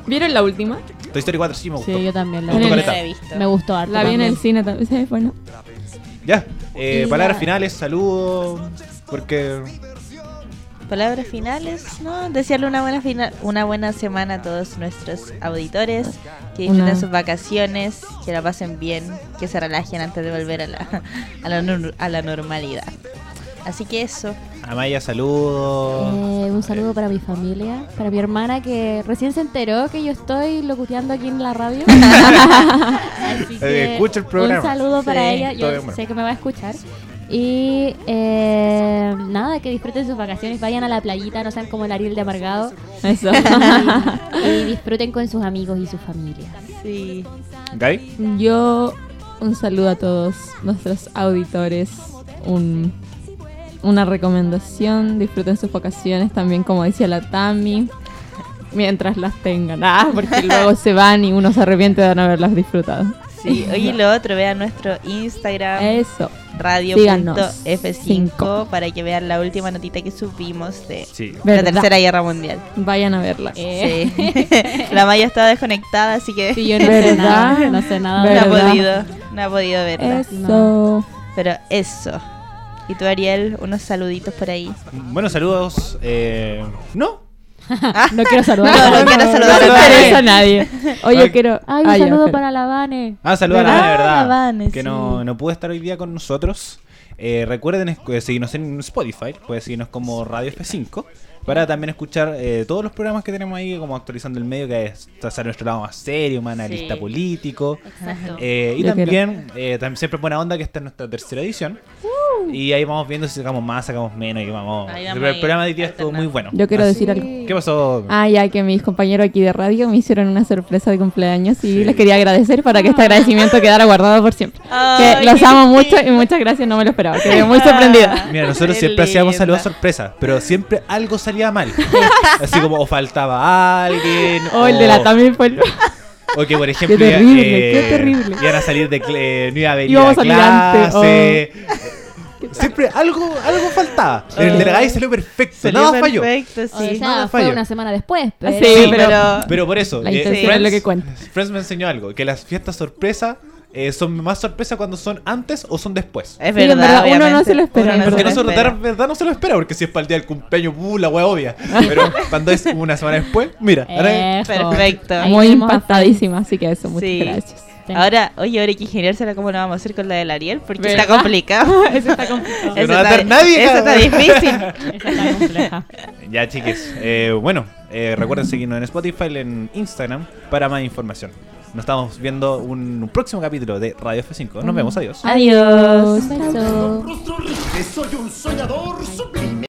¿Vieron la última?
Toy Story 4 sí me gustó.
Sí, yo también la
Junto
No
con
la
el
he
Tap.
visto.
Me gustó
Ah,
harto.
La vi en
también.
el cine también. Sí, bueno.
Ya, eh,
Y
palabras
ya.
finales, saludos. Porque.
Palabras finales, ¿no? Desearle una buena final, una buena semana a todos nuestros auditores, que disfruten
Una-
sus vacaciones, que la pasen bien, que se relajen antes de volver a la, a la, nor- a la normalidad. Así que eso,
Amaya,
Mm.
saludos.
Eh, un saludo para mi familia, para mi hermana que recién se enteró que yo estoy locuteando aquí en la radio. Así
Eh, escucha el programa.
Un saludo para
Sí,
ella, yo
todo bien, bueno.
sé que me va a escuchar. Y eh, nada, que disfruten sus vacaciones, vayan a la playita, no sean como el Ariel de Amargado.
Eso.
y, y disfruten con sus amigos y su familia.
sí.
¿Gay?
Yo un saludo a todos nuestros auditores. Un, una recomendación. Disfruten sus vacaciones también, como decía la Tami. Mientras las tengan. Ah, porque luego se van y uno se arrepiente de no haberlas disfrutado.
Sí, oye, y lo otro, vean nuestro Instagram.
Eso. Eh, Síganos.
radio.f5 para que vean la última notita que subimos de
Sí.
la
Verdad.
Tercera Guerra Mundial.
Vayan a verlas.
Sí. la Maya estaba desconectada, así que
Sí, yo no sé
¿Verdad?
nada, no sé nada.
no ha
¿verdad?
podido, no ha podido verla.
Eso.
Pero eso. Y tú, Ariel, unos saluditos por ahí.
Bueno, saludos. Eh, ¿No?
No quiero saludar.
No, no quiero
No
saludar
le
a
interesa a
nadie.
nadie.
Ay.
Oye, quiero.
Ay, un
Ay, ya,
saludo
pero-
para la Vane.
Ah, saludos a la
Ah,
Vane, ¿verdad?
la Vane,
que
sí.
no, no pudo estar hoy día con nosotros. Eh, recuerden es- eh, seguirnos en Spotify, pueden seguirnos como Radio F5, para también escuchar eh, todos los programas que tenemos ahí, como actualizando el medio, que es hacer nuestro lado más serio, más analista
Sí.
político.
Exacto.
Eh, y
Yo
también, eh, también siempre es buena onda que esta es nuestra tercera edición. Y ahí vamos viendo si sacamos más, sacamos menos, y vamos.
Uh. Ahí
El,
vamos ahí
programa de hoy día estuvo muy
alternando.
bueno.
Yo quiero
Así-
decir algo.
¿Qué pasó?
Ah, ya que mis compañeros aquí de radio me hicieron una sorpresa de cumpleaños y
Sí.
les quería agradecer para que este agradecimiento quedara guardado por siempre.
Ah. Ay,
que los
qué
amo mucho
lindo.
y muchas gracias, no me lo esperaba. Quedé muy sorprendida.
Mira, nosotros
Qué
siempre hacíamos
linda.
saludos sorpresa, pero siempre algo salía mal. Así como o faltaba alguien.
Oh, el de la Tami fue el...
O que por ejemplo.
Qué
iba- eh,
terrible, qué terrible.
Iban a salir de. cl- eh, no iba a venir
Íbamos
a
a oh. mirar
clase. Eh, Siempre algo, algo faltaba.
Oh.
En el de la Gaby salió perfecto, nada falló.
perfecto,
o
sí.
no,
sea,
no
fue
fallo.
una semana después. Pero...
Sí, pero-
Pero por eso,
La
eh,
intención
Friends-
es lo que cuenta.
Friends me enseñó algo: que las fiestas sorpresa eh, son más sorpresa cuando son antes o son después.
Es
Sí, en
verdad,
verdad, uno no
obviamente.
se lo espera,
Uno
en
se
Porque
lo
no se lo,
espera.
de verdad no se lo espera, porque si es para el día del cumpleaños, uh, la wea obvia. Pero cuando es una semana después, mira, ahora-
Ejo.
Perfecto.
Ahí
Muy
vemos a
impactadísima, así que eso, muchas
Sí.
gracias.
Ahora, oye, ahora hay que ingeniársela cómo lo vamos a hacer con la del Ariel, porque
¿Verdad?
está complicado.
Eso está complicado.
Que
Eso
no va a
está-
estar nadie,
eso está
cabrón.
difícil.
Esa es la compleja.
Ya, chiques. eh, bueno, eh, recuerden seguirnos en Spotify, en Instagram, para más información. Nos estamos viendo un próximo capítulo de Radio F5. Nos vemos, adiós.
Adiós.
Un beso.
Rostro horrible, soy un soñador sublime.